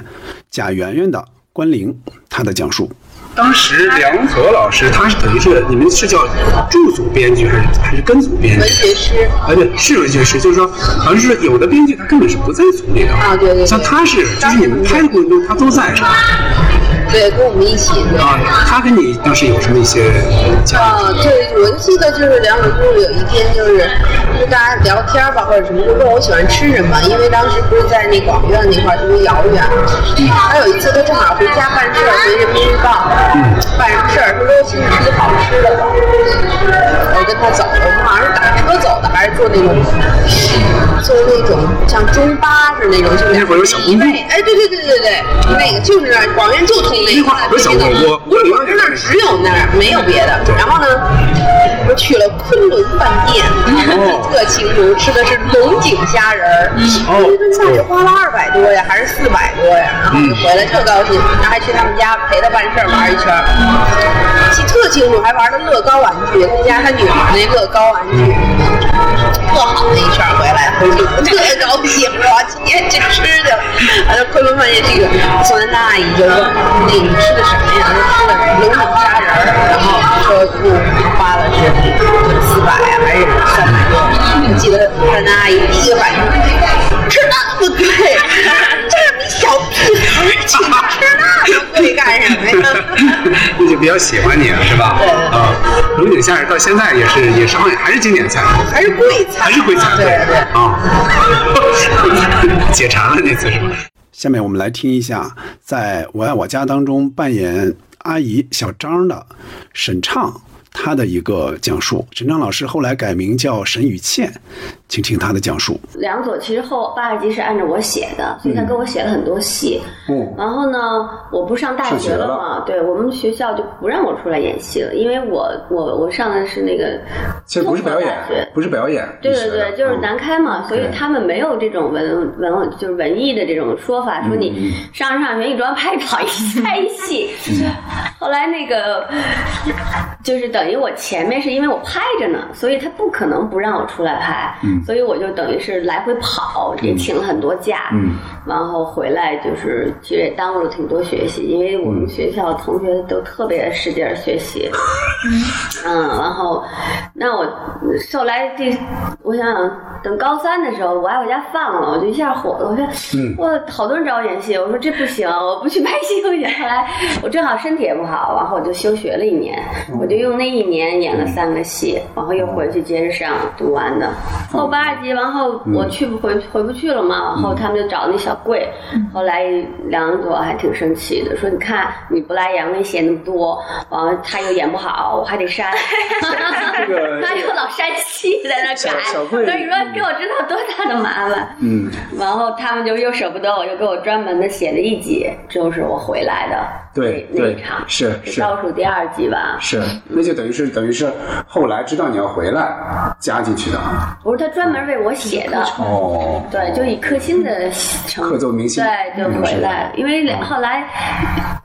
C: 贾圆圆的关玲她的讲述。
I: 当时梁左老师，他是等于是你们是叫驻组编剧还是还是跟组编剧？
O: 师
I: 啊，对，是有一件事，就是说，好像是有的编剧他根本是不在组里的
O: 啊，对对对
I: 像他是，就是你们拍的过程中他都在是吧？
O: 对，跟我们一起的。
I: 啊，他跟你当时有什么一些 [laughs] 交流？
O: 啊，对，我就记得就是梁主任有一天就是跟大家聊天吧，或者什么，就问我喜欢吃什么，因为当时不是在那广院那块儿特别遥远。他有一次他正好回家办事儿，回人民日报办什么事儿，他说请你吃好吃的吧。我跟他走了，我们好像是打车走的，还是坐那种坐那种像中巴似的那种，就是
I: 那会儿有小公
O: 路。哎，对对对对对，那个就是那儿广院就通那块儿，
I: 有小公路
O: 我我知道只有那儿，没有别的。然后呢，我去了昆仑饭店， [laughs] 特清楚，吃的是龙井虾仁儿，一顿饭就花了二百多呀，还是四百多呀，然后就回来特高兴，然后还去他们家陪他办事儿玩一圈儿，记特清楚，还玩的乐高玩具，他家他女儿那乐高玩具。特好的一圈儿回来，回去我 [laughs] 特别高兴，我今天去吃去了。完了，昆仑饭店这个宋丹丹阿姨就问：“那你吃的什么呀？”我说：“吃的龙井虾仁儿。”然后说：“我花了是四百啊还是三百多？”我记得宋丹丹阿姨第一个反应：“吃那么贵，这你小屁孩儿去吃那么贵干什么呀？”
I: 那就比较喜欢你了是吧？啊，龙井虾仁到现在也是也是好像还是经典菜，
O: 还是贵菜，
I: 还是贵菜，对
O: 对
I: 啊， [laughs] 解馋了那次是吧？
C: 下面我们来听一下，在《我爱我家》当中扮演阿姨小张的沈畅，她的一个讲述。沈畅老师后来改名叫沈雨倩，请听她的讲述。
P: 梁左其实后八十集是按照我写的，所以他给我写了很多戏。
C: 嗯，
P: 然后呢，我不上大学了嘛，对我们学校就不让我出来演戏了，因为我我我上的是那个，
I: 这不是表演，不是表演，
P: 对对对，
G: 嗯
P: 就是南开嘛，所以
I: 对
P: 他们没有这种文文就是文艺的这种说法，
G: 嗯
P: 说你上上学一装拍跑一拍戏。 [laughs]
G: 嗯
P: 后来那个就是等于我前面是因为我拍着呢，所以他不可能不让我出来拍，
G: 嗯
P: 所以我就等于是来回跑，也请了很多假，
G: 嗯
P: 然后回来就是其实也耽误了挺多学习，因为我们学校同学都特别使劲儿学习，嗯，然后那我后来第，我想想，等高三的时候，我爱我家放了，我就一下火了，我说， [laughs]
G: 嗯
P: 我好多人找我演戏，我说这
I: 哦
P: 不行，我不去拍戏不行。后来我正好身体也不好，然后我就休学了一年，我就就用那一年演
I: 嗯
P: 了三个戏，然后又回去接着上读完的。
I: 哦
P: 后八十集，然后
I: 嗯
P: 我去不回回不去了嘛，然后他们就找那小贵。后来梁文朵还挺生气的，说你看你不来演，我给你写那么多，完了他又演不好，我还得删。
I: 这
P: [laughs]
I: 个
P: 他又老删戏在那
I: 小
P: 改，
I: 小
P: 所
I: 贵
P: 以你说给我制造多大的麻烦。
I: 嗯，
P: 然后他们就又舍不得我，又给我专门的写了一集，就是我回来的
I: 对
P: 那一
I: 对
P: 场，
I: 是
P: 是
I: 是
P: 倒数第二集吧？
I: 是，那就等于是等于是后来知道你要回来加进去的。啊
P: 我是他专门为我写的，
I: 哦，
P: 对，就以克星的成
I: 刻奏明星嗯
P: 对，就回来，因为两后来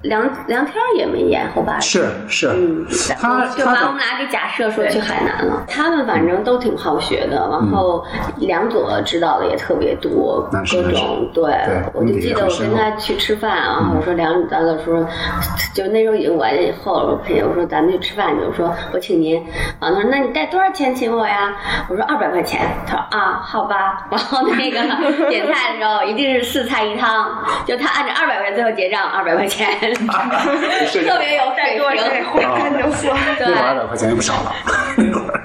P: 梁梁天儿也没演后八集，
I: 是是，他
P: 就
I: 他
P: 把我
I: 的
P: 们俩给假设说去海南了。他们反正都挺好学的，然后梁左知道的也特别多，
I: 那是
P: 各
I: 那是
P: 种对
I: 对，
P: 我就记得我跟他去吃饭，然后我说梁大哥说，就那时候已经完以后了，我朋友说咱们去吃饭去，我说我请您，然后他说那你带多少钱请我呀？我说二百块钱，他说啊好吧，然后那个点菜的时候一定是四菜一汤，就他按照二百块最后结账二百块钱，
I: [laughs] 是
P: 特别有
L: 再多
P: 水
L: 这
P: 平， [laughs] 对
I: 那会儿二百块钱也不少了。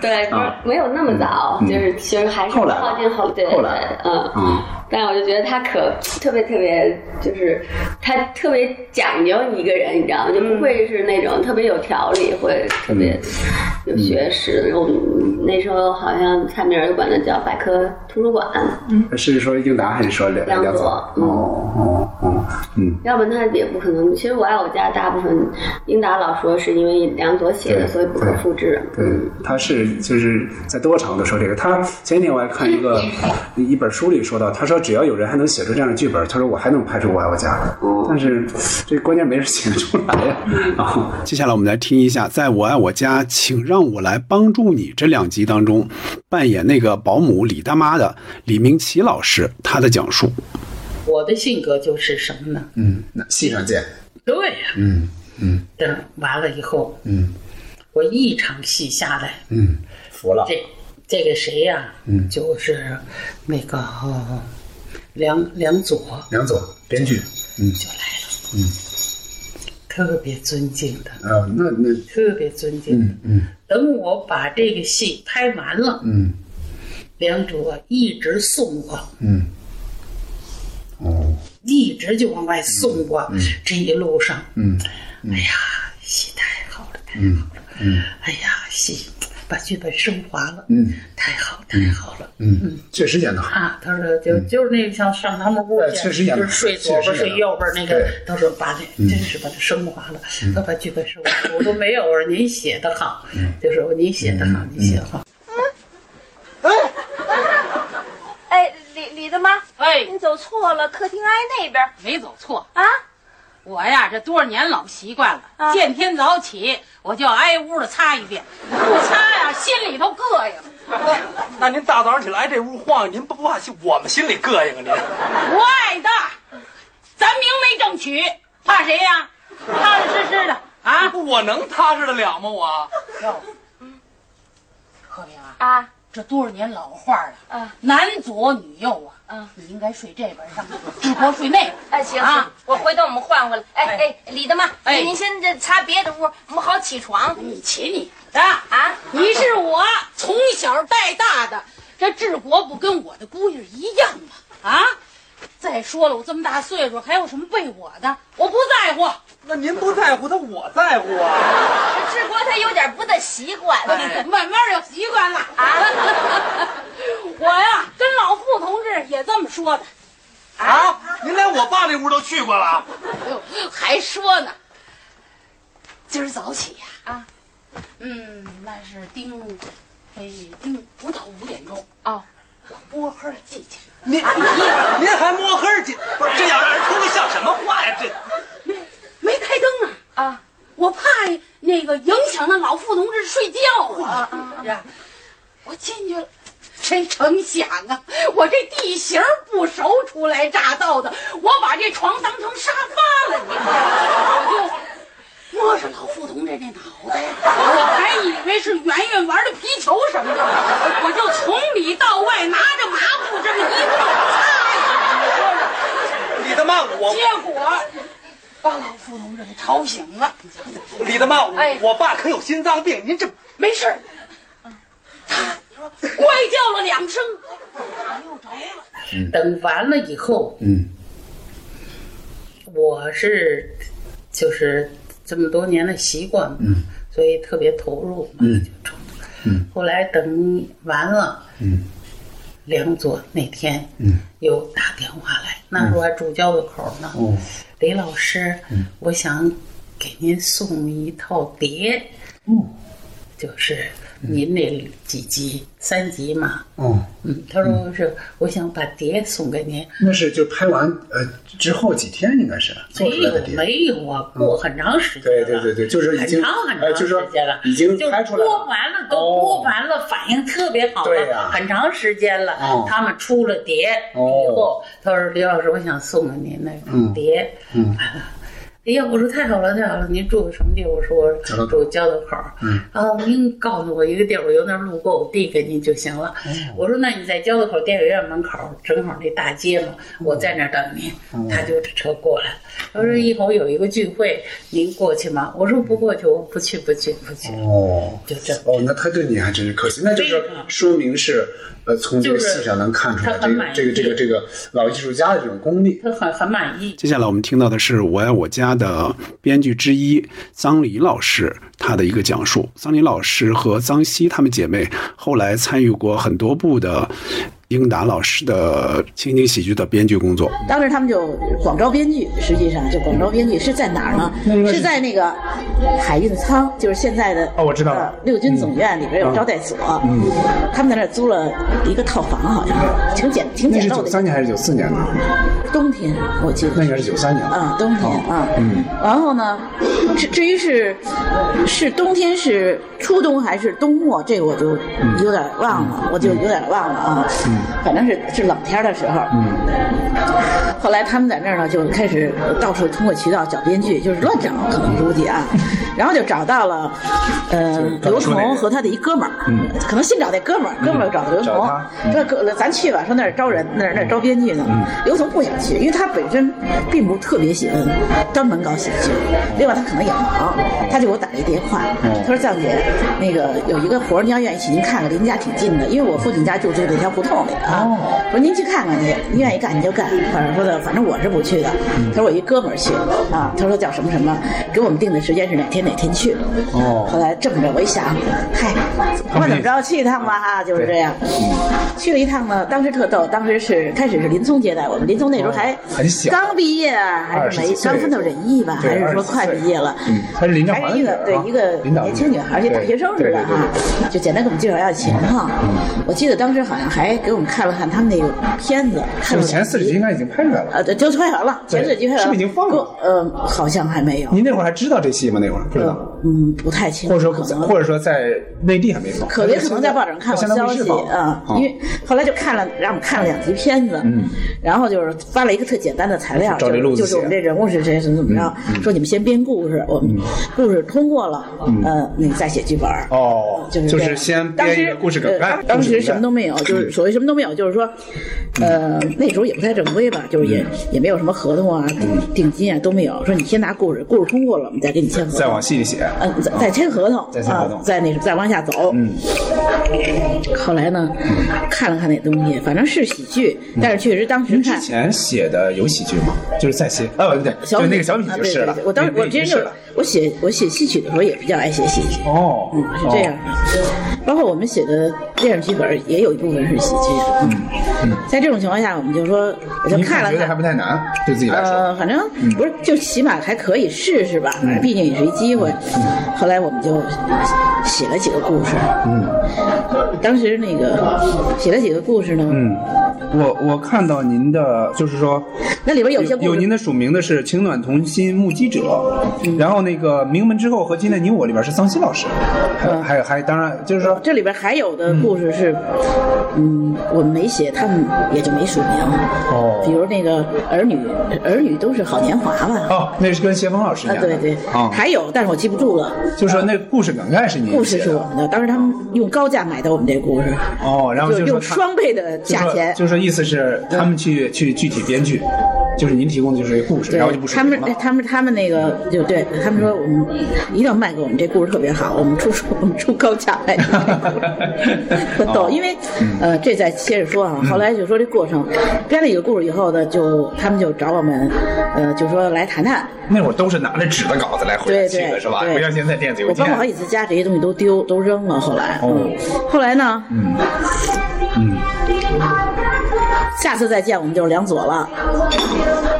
P: 对，不是
I: 啊嗯
P: 没有那么早，就是其实还是
I: 后来
P: 靠近后对
I: 后
P: 对
I: 来
P: 对，嗯。
I: 嗯，
P: 但我就觉得他可特别特别，就是他特别讲究一个人，你知道吗？就不会是那种特别有条理或者特别
I: 嗯
P: 有学识。我们那时候好像蔡明儿管他叫百科图书馆，
I: 是说英达还是说梁
P: 梁左
I: 左？哦哦哦，嗯，
P: 要不然他也不可能。其实《我爱我家》大部分英达老说是因为梁左写的，
I: 对
P: 所以不可
I: 对
P: 复制。
I: 对，他是就是在多场都说这个。他前几天我还看一个一本书里说到，他说只要有人还能写出这样的剧本，他说我还能拍出《我爱我家》，但是这关键没人写得出来呀。啊，
C: 接下来我们来听一下，在《我爱我家，请让我来帮助你》这两集当中，扮演那个保姆李大妈的李明启老师他的讲述。
G: 我的性格就是什么呢？
I: 嗯，那戏上见。
G: 对呀、
I: 嗯
G: 等完了以后，
I: 嗯
G: 我一场戏下来，
I: 嗯，服了。
G: 这这个谁呀、
I: 嗯
G: 就是那个、呃梁梁左，
I: 梁左编剧，嗯，就
G: 来特别尊敬的，
I: 了。啊，那那
G: 特别尊敬的。
I: 嗯嗯
G: 等我把这个戏拍完了，
I: 嗯
G: 梁左一直送我，
I: 嗯，哦，
G: 一直就往外送我。这一路上，
I: 嗯
G: 哎呀，戏太好了，
I: 嗯嗯
G: 哎呀，戏把剧本升华了。
I: 嗯，
G: 太好太好了，
I: 嗯，确实演得好。
G: 啊，他说就就是那个像上他们屋
I: 嗯哎
G: 去，
I: 确实演
G: 就
I: 得
G: 是睡左边
I: 确实演
G: 睡
I: 得
G: 右边那个
I: 对，
G: 他说把那
I: 嗯
G: 真是把它升华了
I: 嗯，
G: 他把剧本升华了，我说没有，我说您写的好，就说您写的
I: 嗯
G: 好，您写的好，
B: 哎，李李大妈，哎，您走错了，客厅挨那边。
Q: 没走错
B: 啊！
Q: 我呀，这多少年老习惯了，
B: 啊
Q: 见天早起我就挨屋的擦一遍，不擦呀，心里头膈应。
R: 那您大早上起来这屋晃，您不怕我们心里膈应啊？您
Q: 不爱的，咱明媒正娶，怕谁呀？踏踏实实的啊！
R: 我能踏实得了吗？我
Q: 哟，可明啊，啊，这多少年老话了，
B: 啊
Q: 男左女右啊，嗯，你应该睡这边，让志国睡那边。
B: 哎，行
Q: 啊
B: 行，，我回头我们换换了。哎哎，李大妈，
Q: 哎
B: 您先这擦别的屋，我们好起床。
Q: 你起你的啊！你是我从小带大的，这治国不跟我的姑爷一样吗？啊！再说了，我这么大岁数，还有什么为我的？我不在乎。那您不在乎，那我在乎啊！
B: 志国他有点不太习惯。
R: 哎
Q: 慢慢就习惯了啊！ [laughs] 我呀，跟老傅同志也这么说的。
R: 啊，您连我爸那屋都去过了，
Q: 哎呦，还说呢，今儿早起呀啊嗯，那是盯，哎，盯不到五点钟啊，我摸黑儿进去。啊
R: 您您还摸黑儿进，不是这样让人听着像什么话呀？这
Q: 没开灯啊啊！我怕那个影响那老傅同志睡觉啊，是吧？我进去了，谁成想啊，我这地形儿不熟，初来乍到的，我把这床当成沙发了，你知道吗？我就摸着老傅同志那脑袋，我还以为是圆圆玩的皮球什么的，我就从里到外拿着抹布这么一顿擦呀，你说说。
R: 你他妈我
Q: 结果把老傅同志给吵醒了。
R: 李大妈，我我爸可有心脏病，您这
Q: 哎没事儿，
R: [laughs]
Q: 他说怪叫了两声，又着了。
S: 嗯
G: 等完了以后，嗯，我是就是这么多年的习惯嘛，
S: 嗯
G: 所以特别投入。
S: 嗯
G: 后来等完了，
S: 嗯
G: 梁左那天
S: 嗯
G: 又打电话来，那时候还住交道口呢。
S: 哦
G: 李老师，
S: 嗯
G: 我想给您送一套碟，
S: 嗯
G: 就是您那几集、三集嘛。
S: 哦，
G: 嗯，他说是、我想把碟送给您，
S: 那是就拍完呃之后几天应该是啊做
G: 没
S: 出来的
G: 有
S: 碟，
G: 没有啊，过很长时间了、
S: 对对对对，就是已
G: 很
S: 经
G: 长很
S: 哎
G: 长
S: 就是
G: 时
S: 说
G: 间了，
S: 已经
G: 就是
S: 拍出来了
G: 播完了，都播完了，反应特别好了，
S: 对呀
G: 很长时间了。
S: 哦
G: 他们出了碟以后，他说李老师，我想送给您那
S: 嗯
G: 个碟。
S: 嗯
G: [laughs] 哎呀，我说太好了，太好了！您住什么地儿？我说
S: 交道
G: 我
S: 口
G: 住交道口儿。
S: 嗯
G: 哦，您告诉我一个地儿，我由那儿路过，我递给您就行了。
S: 哦
G: 我说那你在交道口电影院门口，正好那大街嘛，我在那儿等您。
S: 哦
G: 他就车过来，他说一会儿有一个聚会，您过去吗？我说不过去，我不去，不去，不去。
S: 哦，
G: 就这
S: 哦，那他对你还真是客气，那就是说明是呃从这个戏上能看出来
G: 就是他很满意
S: 这个这个这个这个老艺术家的这种功力，
G: 他很很满意。
C: 接下来我们听到的是《我爱我家》的编剧之一臧黎老师他的一个讲述。臧黎老师和臧希她们姐妹后来参与过很多部的英达老师的情景喜剧的编剧工作。
T: 当时他们就广招编剧，实际上就广招编剧是在哪儿呢？是在那个海运仓，就是现在的哦，我知道了，六军总院里边有招待所，
S: 嗯嗯
T: 他们在那儿租了一个套房，好像是挺简挺
S: 那
T: 简
S: 是
T: 陋
S: 九
T: 的，
S: 三年还是九四年呢？
T: 冬天我记得
S: 那应该是九三年了。
T: 啊，冬天啊。
S: 嗯，
T: 然后呢，至至于是是冬天是初冬还是冬末，这个我就有点忘了，我就有点忘了啊。反正是是冷天的时候。后来他们在那儿呢，就开始到处通过渠道找编剧，就是乱找，可能估
S: [laughs]
T: 计啊，然后就找到了，呃，刘同和他的一哥们儿，可能先找那哥们儿，哥们儿又找的刘
S: 嗯找
T: 同
S: 他，嗯
T: 说哥，咱去吧，说那儿招人，那儿那儿招编剧呢。刘同不想去，因为他本身并不特别喜欢专门搞喜剧，另外他可能也忙，他就给我打了一电话，
S: 哦
T: 他说藏姐，那个有一个活儿，您要愿意去，您看看，离您家挺近的，因为我父亲家就住那条胡同里啊。
S: 哦
T: 说您去看看去，您愿意干你就干，反正说的，反正我是不去的。
S: 嗯
T: 他说我一哥们儿去啊，他说叫什么什么，给我们定的时间是哪天哪天去。
S: 哦
T: 后来这么着，我一想，嗨，不管怎么着，去一趟吧，哈，就是这样。
S: 嗯
T: 去了一趟呢，当时特逗，当时是开始是林聪接待我们，林聪那时候还
S: 哦很小
T: 刚毕业啊，还是
S: 20
T: 没
S: 几岁
T: 刚分到仁义吧，
S: 对
T: 还是说快毕业了？
S: 嗯，他是林正
T: 还
S: 华
T: 是
S: 的
T: 一
S: 女
T: 个
S: 儿
T: 对
S: 啊
T: 一个
S: 领导
T: 年轻女孩，而且
S: 对
T: 大学生似
S: 对
T: 的
S: 对对嗯
T: 哈，就简单给我们介绍一下情况。我记得当时好像还给我们看了看他们那个片子，
S: 就
T: 看了
S: 是前四十集应该已经拍出来了。
T: 呃，对，就拍完了，
S: 对
T: 前四集拍完了，
S: 是不是已经
T: 放了？呃，好像还没有。
S: 您那会儿还知道这戏吗？那会儿不知道，
T: 嗯，不太清
S: 楚，或者说在或者说在内地还没放，
T: 可能可能在报纸上看过
S: 相当
T: 消
S: 于是
T: 息
S: 放
T: 啊，因为后来就看了，让我们看了两集片子，
S: 嗯，
T: 然后就是发了一个特简单的材料，
S: 照这
T: 就
S: 路子
T: 就是我们
S: 写
T: 这人物是谁怎么怎么着，说你们先编故事，我们故事通过了，
S: 嗯
T: 呃，你再写剧本儿
S: 哦，
T: 就是这
S: 就
T: 样
S: 是先
T: 当
S: 编一
T: 时
S: 个故事梗概
T: 呃，当
S: 故事梗概
T: 时
S: 嗯
T: 什么都没有，就是所谓什么都没有，就是说，呃，那时候也不太正规吧，就是
S: 嗯
T: 也也没有什么合同啊、定金啊都没有。说你先拿故事，故事通过了，我们再给你签合同，
S: 再往戏里写，
T: 呃，再再签合同，
S: 再签合
T: 啊
S: 同，
T: 再那什么再往下走。嗯。后来呢，看了看那东西，反正是喜剧，但是确实当时看
S: 之前写的有喜剧吗？就是在写啊，不对，
T: 小
S: 就
T: 米
S: 那个小米
T: 啊
S: 就
T: 对
S: 是
T: 对
S: 了
T: 对。我当时
S: 那
T: 我之前
S: 那个
T: 就是是
S: 了
T: 我写我写戏曲的时候也比较爱写戏剧。
S: 哦，
T: 嗯，是这样。包括我们写的电视剧本也有一部分是喜剧。嗯嗯，在这种情况下，我们就说，我就
S: 您
T: 看了
S: 觉得还
T: 看。
S: 不太难，对自己来说。
T: 呃，反正
S: 嗯
T: 不是，就起码还可以试试吧，反正
S: 嗯
T: 毕竟也是一机会。后来我们就写了几个故事，
S: 嗯
T: 当时那个写了几个故事呢，
S: 嗯，我我看到您的，就是说
T: 那里边有
S: 有
T: 些故事
S: 有您的署名的是“情暖同心目击者”，
T: 嗯
S: 然后那个《名门之后》和《今天你我》里边是桑希老师，
T: 嗯
S: 还还还当然就是说
T: 哦这里边还有的故事是，嗯我们没写，他们也就没署名。
S: 哦，
T: 比如那个儿女，儿女都是好年华吧？
S: 哦，那是跟谢峰老师演
T: 啊，
S: 的，
T: 对对，
S: 啊，
T: 还有，但是我记不住了。
S: 就是说那故事梗概是您
T: 故
S: 写
T: 事
S: 的
T: 是我们的，当时他们用高价买的我们这故事，
S: 哦，然后就
T: 就
S: 是是说
T: 用
S: 他
T: 双倍的价钱，嗯
S: 就就是意思是他们去去具体编剧，就是您提供的就是一个故事，
T: 对
S: 然后就不说
T: 他们他们他们那个就对他们说我们一定要卖给我们这故事特别好，我们出我们出高价卖给你
S: [laughs]
T: 这故事，特
S: 哦
T: 逗。因为
S: 嗯
T: 呃，这再接着说啊，后来就说这过程编了一个故事以后呢，就他们就找我们，呃，就说来谈谈。
S: 那会儿都是拿着纸的稿子来回来
T: 对
S: 去
T: 对
S: 的是吧？
T: 对
S: 不像现在电子邮
T: 我
S: 件
T: 搬过。好几次家，这些东西都丢都扔了。后来，
S: 哦
T: 嗯，后来呢，
S: 嗯嗯，
T: 下次再见我们就是梁左了。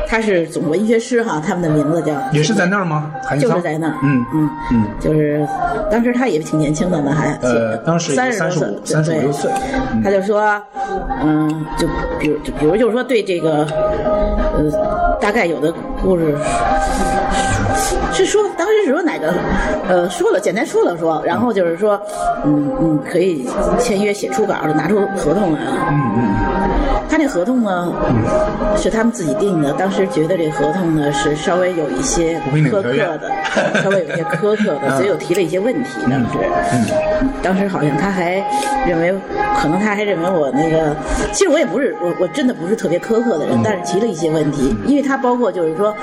T: 他是总文学师哈，他们的名字叫
S: 也是在那儿吗？韩
T: 就
S: 桑
T: 是在那儿，
S: 嗯
T: 嗯
S: 嗯，
T: 就是当时他也挺年轻的呢，还
S: 呃当时
T: 三
S: 35
T: 十多岁，
S: 35
T: 对
S: 六岁，
T: 他就说，嗯，就比如就比如就是说对这个，呃，大概有的故事是说当时是说哪个，呃，说了简单说了说，然后就是说，嗯嗯，可以签约写初稿，拿出合同来啊，
S: 嗯嗯，
T: 他那合同呢，是他们自己定的。当时觉得这合同呢是稍微有一些
S: 无非
T: 苛
S: 两条
T: 刻
S: 约
T: 的，稍微有一些苛刻
S: [laughs]
T: 的，
S: 嗯
T: 所以我提了一些问题。当时，当时好像他还认为，可能他还认为我那个，其实我也不是，我我真的不是特别苛刻
S: 嗯
T: 的人，但是提了一些问题，因为他包括就是说，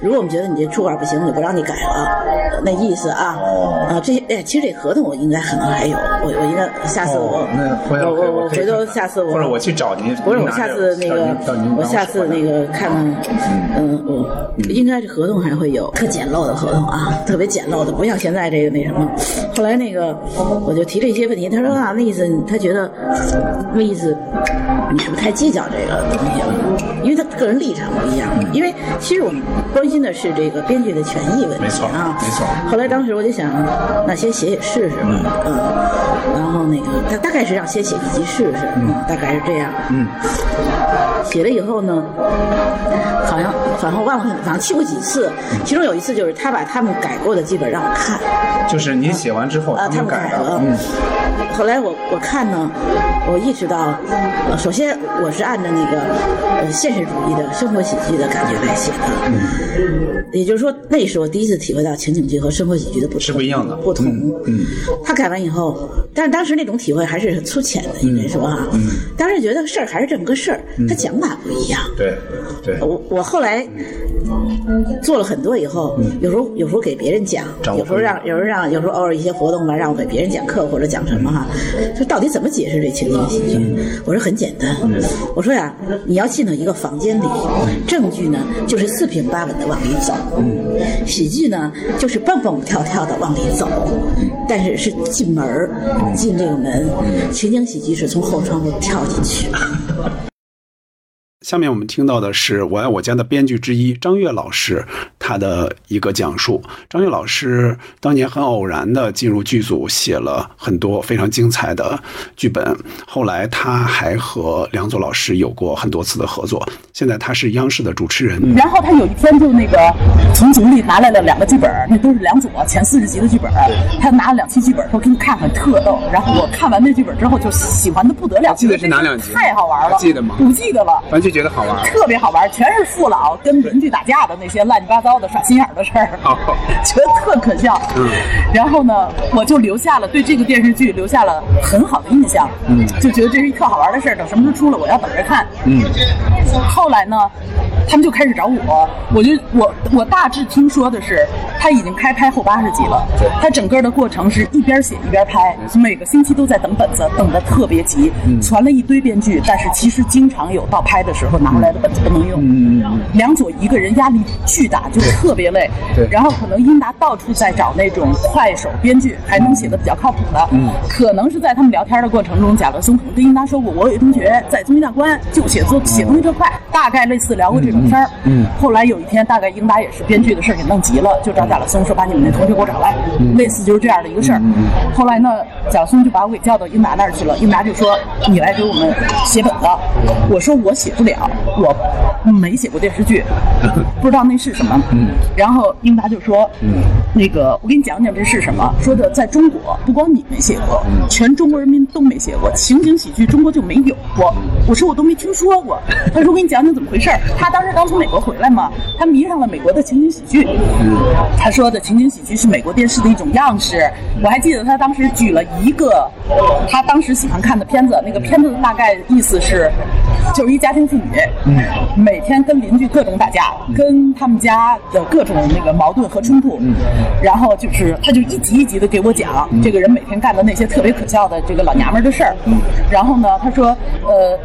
T: 如果我们觉得你这初稿不行，我就不让你改了，那意思啊，
S: 哦
T: 啊，这些哎，其实这合同我应该可能还有，我我应该下次我
S: 哦那回
T: 我
S: 头
T: 我
S: 我可以
T: 回头下次我
S: 或者我去找您，
T: 不是，我
S: 拿着
T: 下次那
S: 找
T: 个
S: 您找您，
T: 我
S: 帮
T: 下
S: 手
T: 次那个看看，嗯，我应该是合同还会有特简陋的合同啊，特别简陋的，不像现在这个那什么。后来那个我就提了一些问题，他说啊，那意思他觉得那意思你是不是太计较这个东西了？因为他个人立场不一
S: 嗯
T: 样，因为其实我们关心的是这个编剧的权益问题，
S: 没错
T: 啊，
S: 没错，
T: 后来当时我就想，那先写写试试吧，嗯，然后那个他大概是让先写一集试试，嗯，大概是这样，
S: 嗯，
T: 写了以后呢，好像反正忘了，反正去过几次，
S: 嗯
T: 其中有一次就是他把他们改过的剧本让我看，
S: 就是您写完之后
T: 啊
S: 他们
T: 他们
S: 改
T: 改
S: 的
T: 了，
S: 嗯，
T: 后来我我看呢，我意识到，呃首先我是按照那个呃现实主义的生活喜剧的感觉来写的，也就是说那是我第一次体会到情景剧和生活喜剧的不同是不一样的不同。
S: 嗯，
T: 他改完以后，但是当时那种体会还是很粗浅的，应该说啊，
S: 嗯
T: 当时觉得事儿还是这么个事儿，他讲法不一样。哦
S: 对对，
T: 我我后来做了很多以后，有时候有时候给别人讲，
S: 嗯掌握
T: 有时候让有时候让有时候偶尔一些活动吧，让我给别人讲课或者讲什么哈，就到底怎么解释这情景喜剧？
S: 嗯
T: 我说很简单，我说呀，你要进到一个房间里，
S: 嗯
T: 证据呢就是四平八稳的往里走，
S: 嗯
T: 喜剧呢就是蹦蹦跳跳的往里走，
S: 嗯
T: 但是是进门儿
S: 哦
T: 进这个门，
S: 嗯
T: 情景喜剧是从后窗户跳进去。
C: 下面我们听到的是《我爱我家》的编剧之一张悦老师他的一个讲述。张悦老师当年很偶然的进入剧组，写了很多非常精彩的剧本。后来他还和梁左老师有过很多次的合作。现在他是央视的主持人。
E: 嗯然后他有一天就那个从组里拿来了两个剧本，那都是梁左前四十集的剧本，他拿了两期剧本说给你看看，特逗。然后我看完那剧本之后就喜欢的不得了，
C: 记得是哪两集
E: 太好玩了，
C: 还记得吗
E: 不记得了。
C: 完全觉得好
T: [laughs]
C: 玩
E: 特别好玩，全是父老跟邻居打架的那些乱七八糟的耍心眼儿的事
C: [laughs]
E: 儿，
S: 哦
E: [laughs] 觉得特可笑。
C: 嗯
E: 然后呢，我就留下了对这个电视剧留下了很好的印象，
C: 嗯
E: 就觉得这是一特好玩的事儿，等什么时候出了我要等着看。
C: 嗯
E: 后来呢，他们就开始找我，我就我我大致听说的是，他已经开拍后八十集了，他整个的过程是一边写一边拍，每个星期都在等本子，等的特别急，
S: 嗯
E: 传了一堆编剧，但是其实经常有到拍的时候拿回来的本子不能用。
S: 嗯嗯
E: 梁左一个人压力巨大，就特别累。
S: 对
E: 然后可能英达到处在找那种快手编剧，还能写的比较靠谱的。
S: 嗯
E: 可能是在他们聊天的过程中，贾德松可能跟英达说过，我有一同学在综艺大观就写作写东西特快，大概类似聊过这种事儿。
S: 嗯嗯
E: 后来有一天，大概英达也是编剧的事儿给弄急了，就找贾德松说把你们那同学给我找来，
S: 嗯
E: 类似就是这样的一个事儿。后来呢，贾德松就把我给叫到英达那儿去了，英达就说你来给我们写本子，我说我写不了，我没写过电视剧，不知道那是什么。嗯，然后英达就说，嗯，那个我给你讲讲这是什么。说的在中国，不光你没写过，全中国人民都没写过情景喜剧，中国就没有过。我说我都没听说过。他说我给你讲讲怎么回事儿。他当时刚从美国回来嘛，他迷上了美国的情景喜剧。他说的情景喜剧是美国电视的一种样式。我还记得他当时举了一个他当时喜欢看的片子，那个片子的大概意思是，就是一家庭妇女，嗯，每天跟邻居各种打架，跟他们家的各种那个矛盾和冲突，嗯，然后就是他就一集一集的给我讲这个人每天干的那些特别可笑的这个老娘们儿的事儿，嗯，然后呢，他说，呃，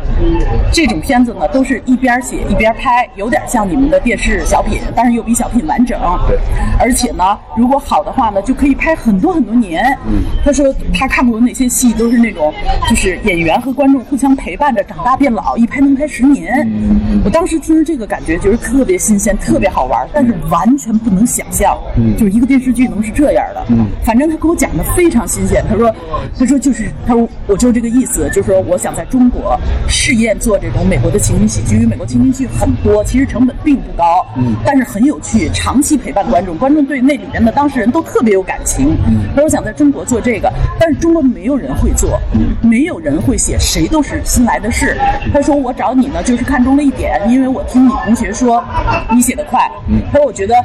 E: 这种片子呢都是一边写一边拍，有点像你们的电视小品，但是又比小品完整，对，而且呢，如果好的话呢，就可以拍很多很多年。嗯，他说他看过的那些戏都是那种，就是演员和观众互相陪伴着长大变老，一拍能拍十年。
H: 嗯
E: 我当时听着这个感觉觉得特别新鲜，特别好玩，但是完全不能想象，
H: 嗯
E: 就是一个电视剧能是这样的。
H: 嗯
E: 反正他给我讲的非常新鲜。他说，他说就是，他说我就是这个意思，就是说我想在中国试验做这种美国的情景喜剧，因为美国情景剧很多，其实成本并不高，
H: 嗯
E: 但是很有趣，长期陪伴观众，观众对那里面的当事人都特别有感情。
H: 嗯
E: 他说我想在中国做这个，但是中国没有人会做，
H: 嗯
E: 没有人会写，谁都是新来的事。他说我找你呢，就是看中了一点，因为我听你同学说你写的快，
H: 嗯
E: 他说我觉得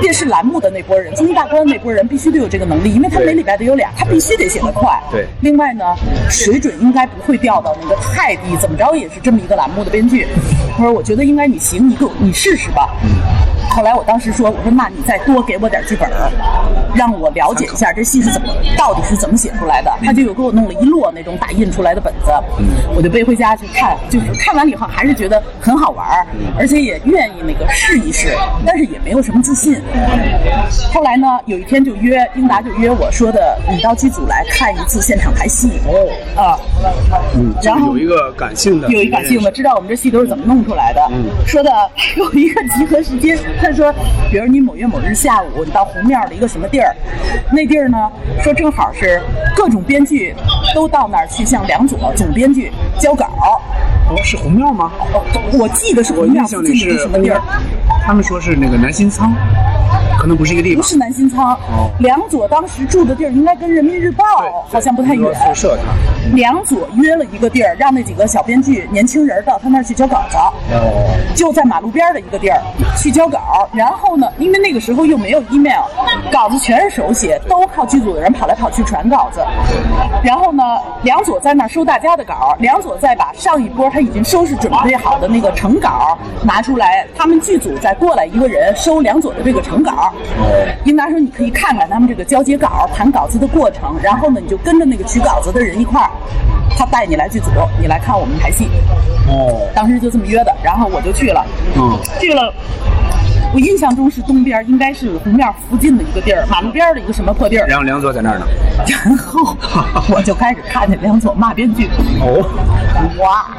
E: 电视栏目的那波人，综艺大观那波人必须得有这个能力，因为他每礼拜都有俩，他必须得写得快。
H: 对
E: 另外呢，水准应该不会掉到那个太低，怎么着也是这么一个栏目的编剧。他说我觉得应该你行，你给我你试试吧。
H: 嗯
E: 后来我当时说，我说那你再多给我点剧本儿，让我了解一下这戏是怎么到底是怎么写出来的。
C: 嗯
E: 他就有给我弄了一摞那种打印出来的本子，我就背回家去看，就是看完了以后还是觉得很好玩儿，而且也愿意那个试一试，但是也没有什么自信。后来呢，有一天就约英达就约我说的，你到剧组来看一次现场排戏哦啊，
C: 嗯，
E: 然后
C: 有一个感性的，
E: 有一感性的，知道我们这戏都是怎么弄出来的。
C: 嗯
E: 说的有一个集合时间，他说， [laughs] 比如你某月某日下午，你到红庙的一个什么地儿，那地儿呢，说正好是各种编剧都到那儿去向梁左总编剧交稿。
C: 哦，是红庙吗？
E: 哦，我记得是
C: 我
E: 红庙
C: 印
E: 附
C: 象里
E: 近的一
C: 是
E: 个什么地儿。
C: 他们说是那个南新仓，可能不是一个地
E: 不
C: 方。
E: 是南新仓
C: 哦，
E: 梁左当时住的地儿应该跟人民日报好像不太远。
S: 宿舍他。
E: 梁左约了一个地儿，让那几个小编剧年轻人儿到他那儿去交稿子。
S: 哦，
E: 就在马路边儿的一个地儿去交稿，然后呢，因为那个时候又没有 email，稿子全是手写，都靠剧组的人跑来跑去传稿子。然后呢，梁左在那儿收大家的稿，梁左再把上一波他已经收拾准备好的那个成稿拿出来，他们剧组再过来一个人收梁左的这个成稿。
C: 哎
E: 英达说你可以看看他们这个交接稿、谈稿子的过程，然后呢，你就跟着那个取稿子的人一块儿，他带你来剧组，你来看我们排戏。
C: 嗯哦，
E: 当时就这么约的，然后我就去了。
C: 嗯，
E: 去了，我印象中是东边，应该是红庙附近的一个地儿，马路边的一个什么破地儿。
C: 然后梁左在那儿呢。
E: 然后我就开始看见梁左骂编剧，
C: 哦，
E: 哇，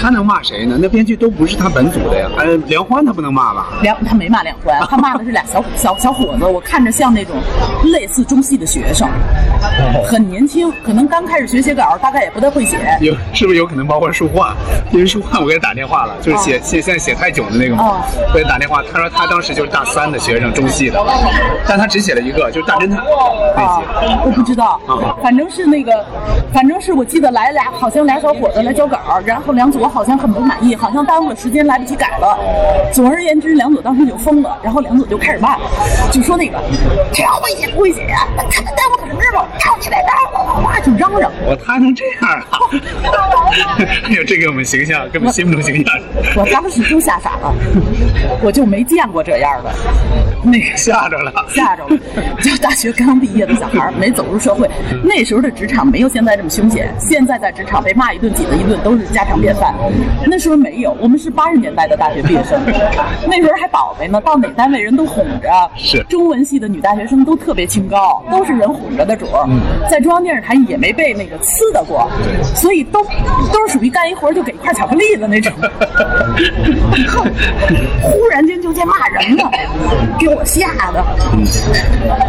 C: 他能骂谁呢？那编剧都不是他本组的呀。呃，梁欢他不能骂吧？
E: 梁他没骂梁欢，他骂的是俩小小小伙子，我看着像那种类似中戏的学生，很年轻，可能刚开始学写稿，大概也不太会写。
C: 有是不是有可能包括书画？因为书画我给他打电话了，就是写
E: 哦
C: 写现在写太久的那个嘛，我给他打电话，他说他当时就是大三的学生，中戏的，但他只写了一个，就是大侦探那
E: 啊
C: 些。，
E: 我不知道，
I: 啊
E: 反正是那个，反正是我记得来俩，好像俩小伙子来交稿，然后梁左好像很不满意，好像耽误了时间，来不及改了。总而言之，梁左当时就疯了，然后梁左就开始骂，就说那个这样会写不会写呀、那他妈耽误什么日子？抄起来吧，哇就嚷嚷。
C: 哦
F: 我他能这样
E: [laughs]
F: 啊！哎呦，这个我们形象跟我们心目中形象，
E: 我当时就吓傻了，我就没见过
F: [laughs]
E: 这样的，那个
F: 吓着了，
E: 吓着了。就大学刚毕业的小孩儿，没走入社会，
F: 嗯
E: 那时候的职场没有现在这么凶险。现在在职场被骂一顿、挤了一顿都是家常便饭。那时候没有，我们是八十年代的大学毕业生， [laughs] 那时候还宝贝呢，到哪单位人都哄着。
H: 是
E: 中文系的女大学生都特别清高，嗯都是人哄着的主儿。在中央电视台也没被那个呲的过，所以都都是属于干一活儿就给一块巧克力的那 [laughs] 种。哼忽然间就见骂人了，给我吓的。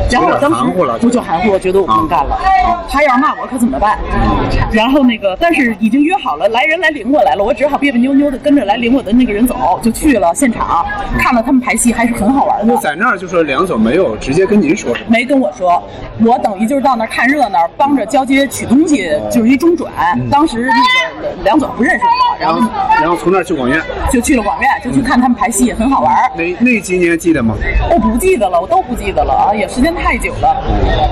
E: 然后我当时我嗯就含糊，我觉得我不能干了。他要是骂我可怎么办？然后那个，但是已经约好了，来人来领我来了，我只好别别扭扭的跟着来领我的那个人走，就去了现场，看了他们排戏，还是很好玩的。
I: 就在那儿就说梁总没有直接跟您说什么，
E: 没跟我说，我等于就是到那儿看热闹，帮着交接取东西，就是一中转。当时那个梁总不认识我，然
I: 然
E: 后
I: 后然后从那儿去广院，
E: 就去了广院，就去看他们排戏，很好玩儿。
I: 那那几年记得吗？
E: 我不记得了，我都不记得了啊，也时间太久了。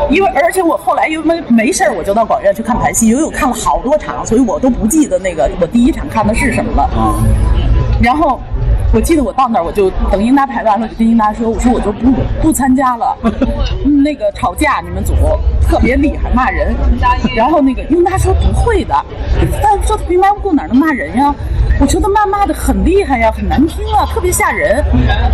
E: 因为而且我后来因为没事儿，我就到广院去看排戏，因为我看了好多场，所以我都不记得那个我第一场看的是什么了。然后我记得我到那儿，我就等英达排完了，我就跟英达说：“我说我就不不参加了，嗯那个吵架你们组特别厉害，骂人。”然后那个英达说：“不会的，他说他平白无故哪能骂人呀？我觉得骂骂的很厉害呀，很难听啊，特别吓人。”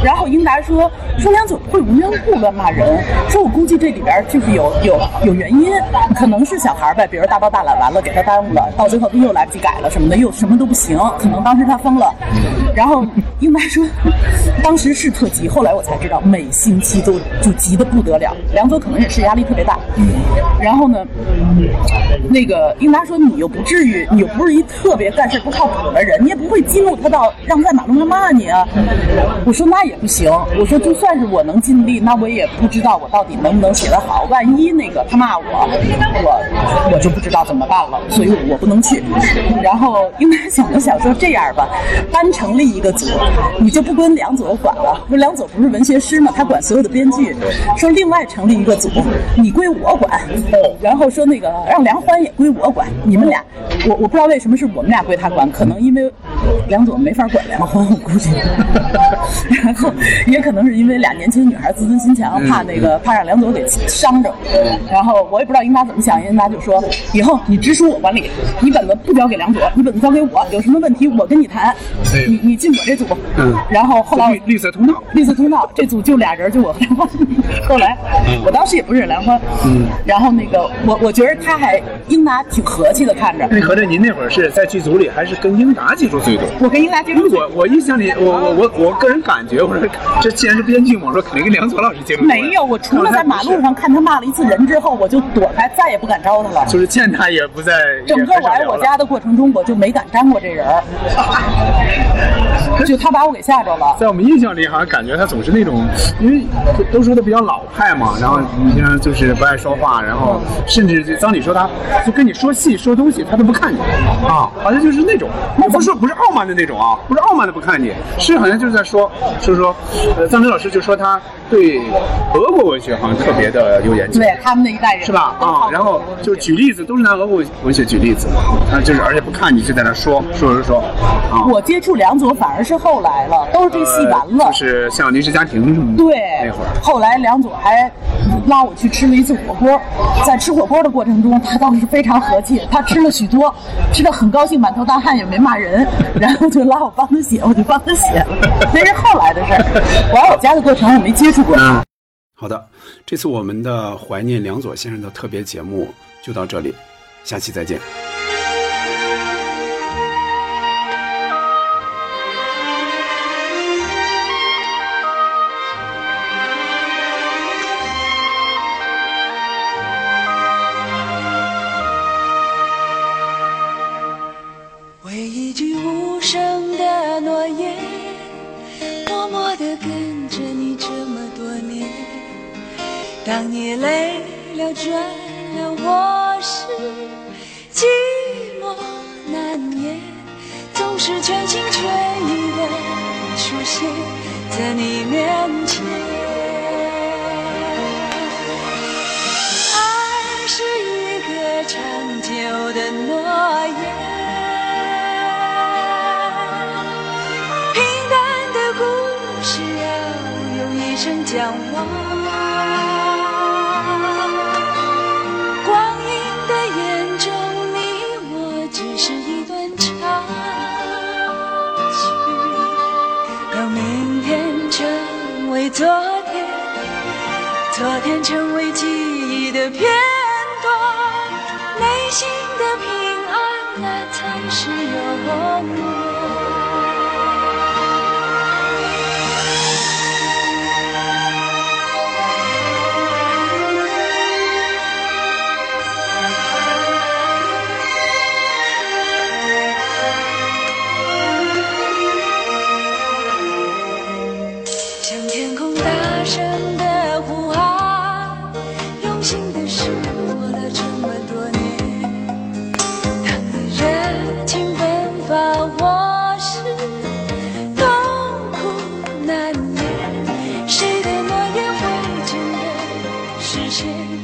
E: 然后英达说：“说梁总会无缘无故乱骂人，说我估计这里边儿就是有有有原因，可能是小孩儿呗，比如大包大揽完了给他耽误了，到最后他又来不及改了什么的，又什么都不行，可能当时他疯了。”然后英达说，当时是特急，后来我才知道每星期都就急得不得了。梁左可能也是压力特别大，然后呢，那个英达说你又不至于，你又不是一特别干事不靠谱的人，你也不会激怒他到让他在马路上骂你啊。我说那也不行，我说就算是我能尽力，那我也不知道我到底能不能写得好，万一那个他骂我，我我就不知道怎么办了，所以我不能去。然后英达想了想说这样吧，单成立一个组，你就不跟梁左管了，说梁左不是文学师嘛，他管所有的编剧，说另外成立一个组，你归我管，然后说那个让梁欢也归我管，你们俩，我我不知道为什么是我们俩归他管，可能因为梁左没法管梁欢，我估计， [laughs] 然后也可能是因为俩年轻女孩自尊心强，怕那个怕让梁左给伤着，然后我也不知道英达怎么想，英达就说以后你直属我管理，你本子不交给梁左，你本子交给我，有什么问题我跟你谈，你你进我这组，
I: 嗯
E: 然后后来绿
I: 绿色通道，
E: 绿色通道这组就俩人，就我和
I: [laughs]
E: 梁欢，后来我当时也不是梁欢，
I: 嗯，
E: 然后那个我我觉得他还英达挺和气的看着，
I: 那合着您那会儿是在剧组里，还是跟英达接触最多？
E: 我跟英达接
I: 触，我我印象里，我我我我个人感觉，我说这既然是编剧嘛，我说肯定跟梁左老师接触过呀
E: 没有，我除了在马路上看他骂了一次人之后，我就躲开，再也不敢招他了。
I: 就是见他也不在
E: 啊整个我来我家的过程中，我就没敢沾过这人
I: [laughs]
E: 儿，就他把我给吓着了。
I: 在我们印象里，好像感觉他总是那种，因为都说他比较老派嘛，然后你像就是不爱说话，然后甚至就当你说他就跟你说戏说东西，他都不看你啊，好像就是那种，不是不是傲慢的那种啊，不是傲慢的不看你，是好像就是在说，就是说，呃，臧林老师就说他对俄国文学好像特别的有研究。
E: 对他们那一代人
I: 是吧？啊，然后就举例子，都是拿俄国文学举例子，啊，就是而且不看你就在那说说说说，啊，
E: 我接触梁左反而是后来了，都是这戏完了。
I: 呃就是像临时家庭什么的
E: 对，
I: 那会儿，
E: 后来梁左还拉我去吃了一次火锅，在吃火锅的过程中，他倒是非常和气，他吃了许多，吃的很高兴，满头大汗，也没骂人，然后就拉我帮他写，我就帮他写了，那是后来的
I: [laughs]
E: 事儿。我来我家的过程我没接触过。
C: 啊好的，这次我们的怀念梁左先生的特别节目就到这里，下期再见。
H: 为一句无声的诺言，默默地跟着你这么多年。当你累了、倦了或是寂寞难言，总是全心全意地出现在你面前。爱是一个长久的诺言。平淡的故事要用一生讲完。光阴的眼中，你我只是一段插曲，让明天成为昨天，昨天成为记忆的片段，内心的平安。那曾是有过向天空大声的呼喊，用心的是我了这么多年。当你热情奔放，我是痛苦难免。谁的诺言会真的实现？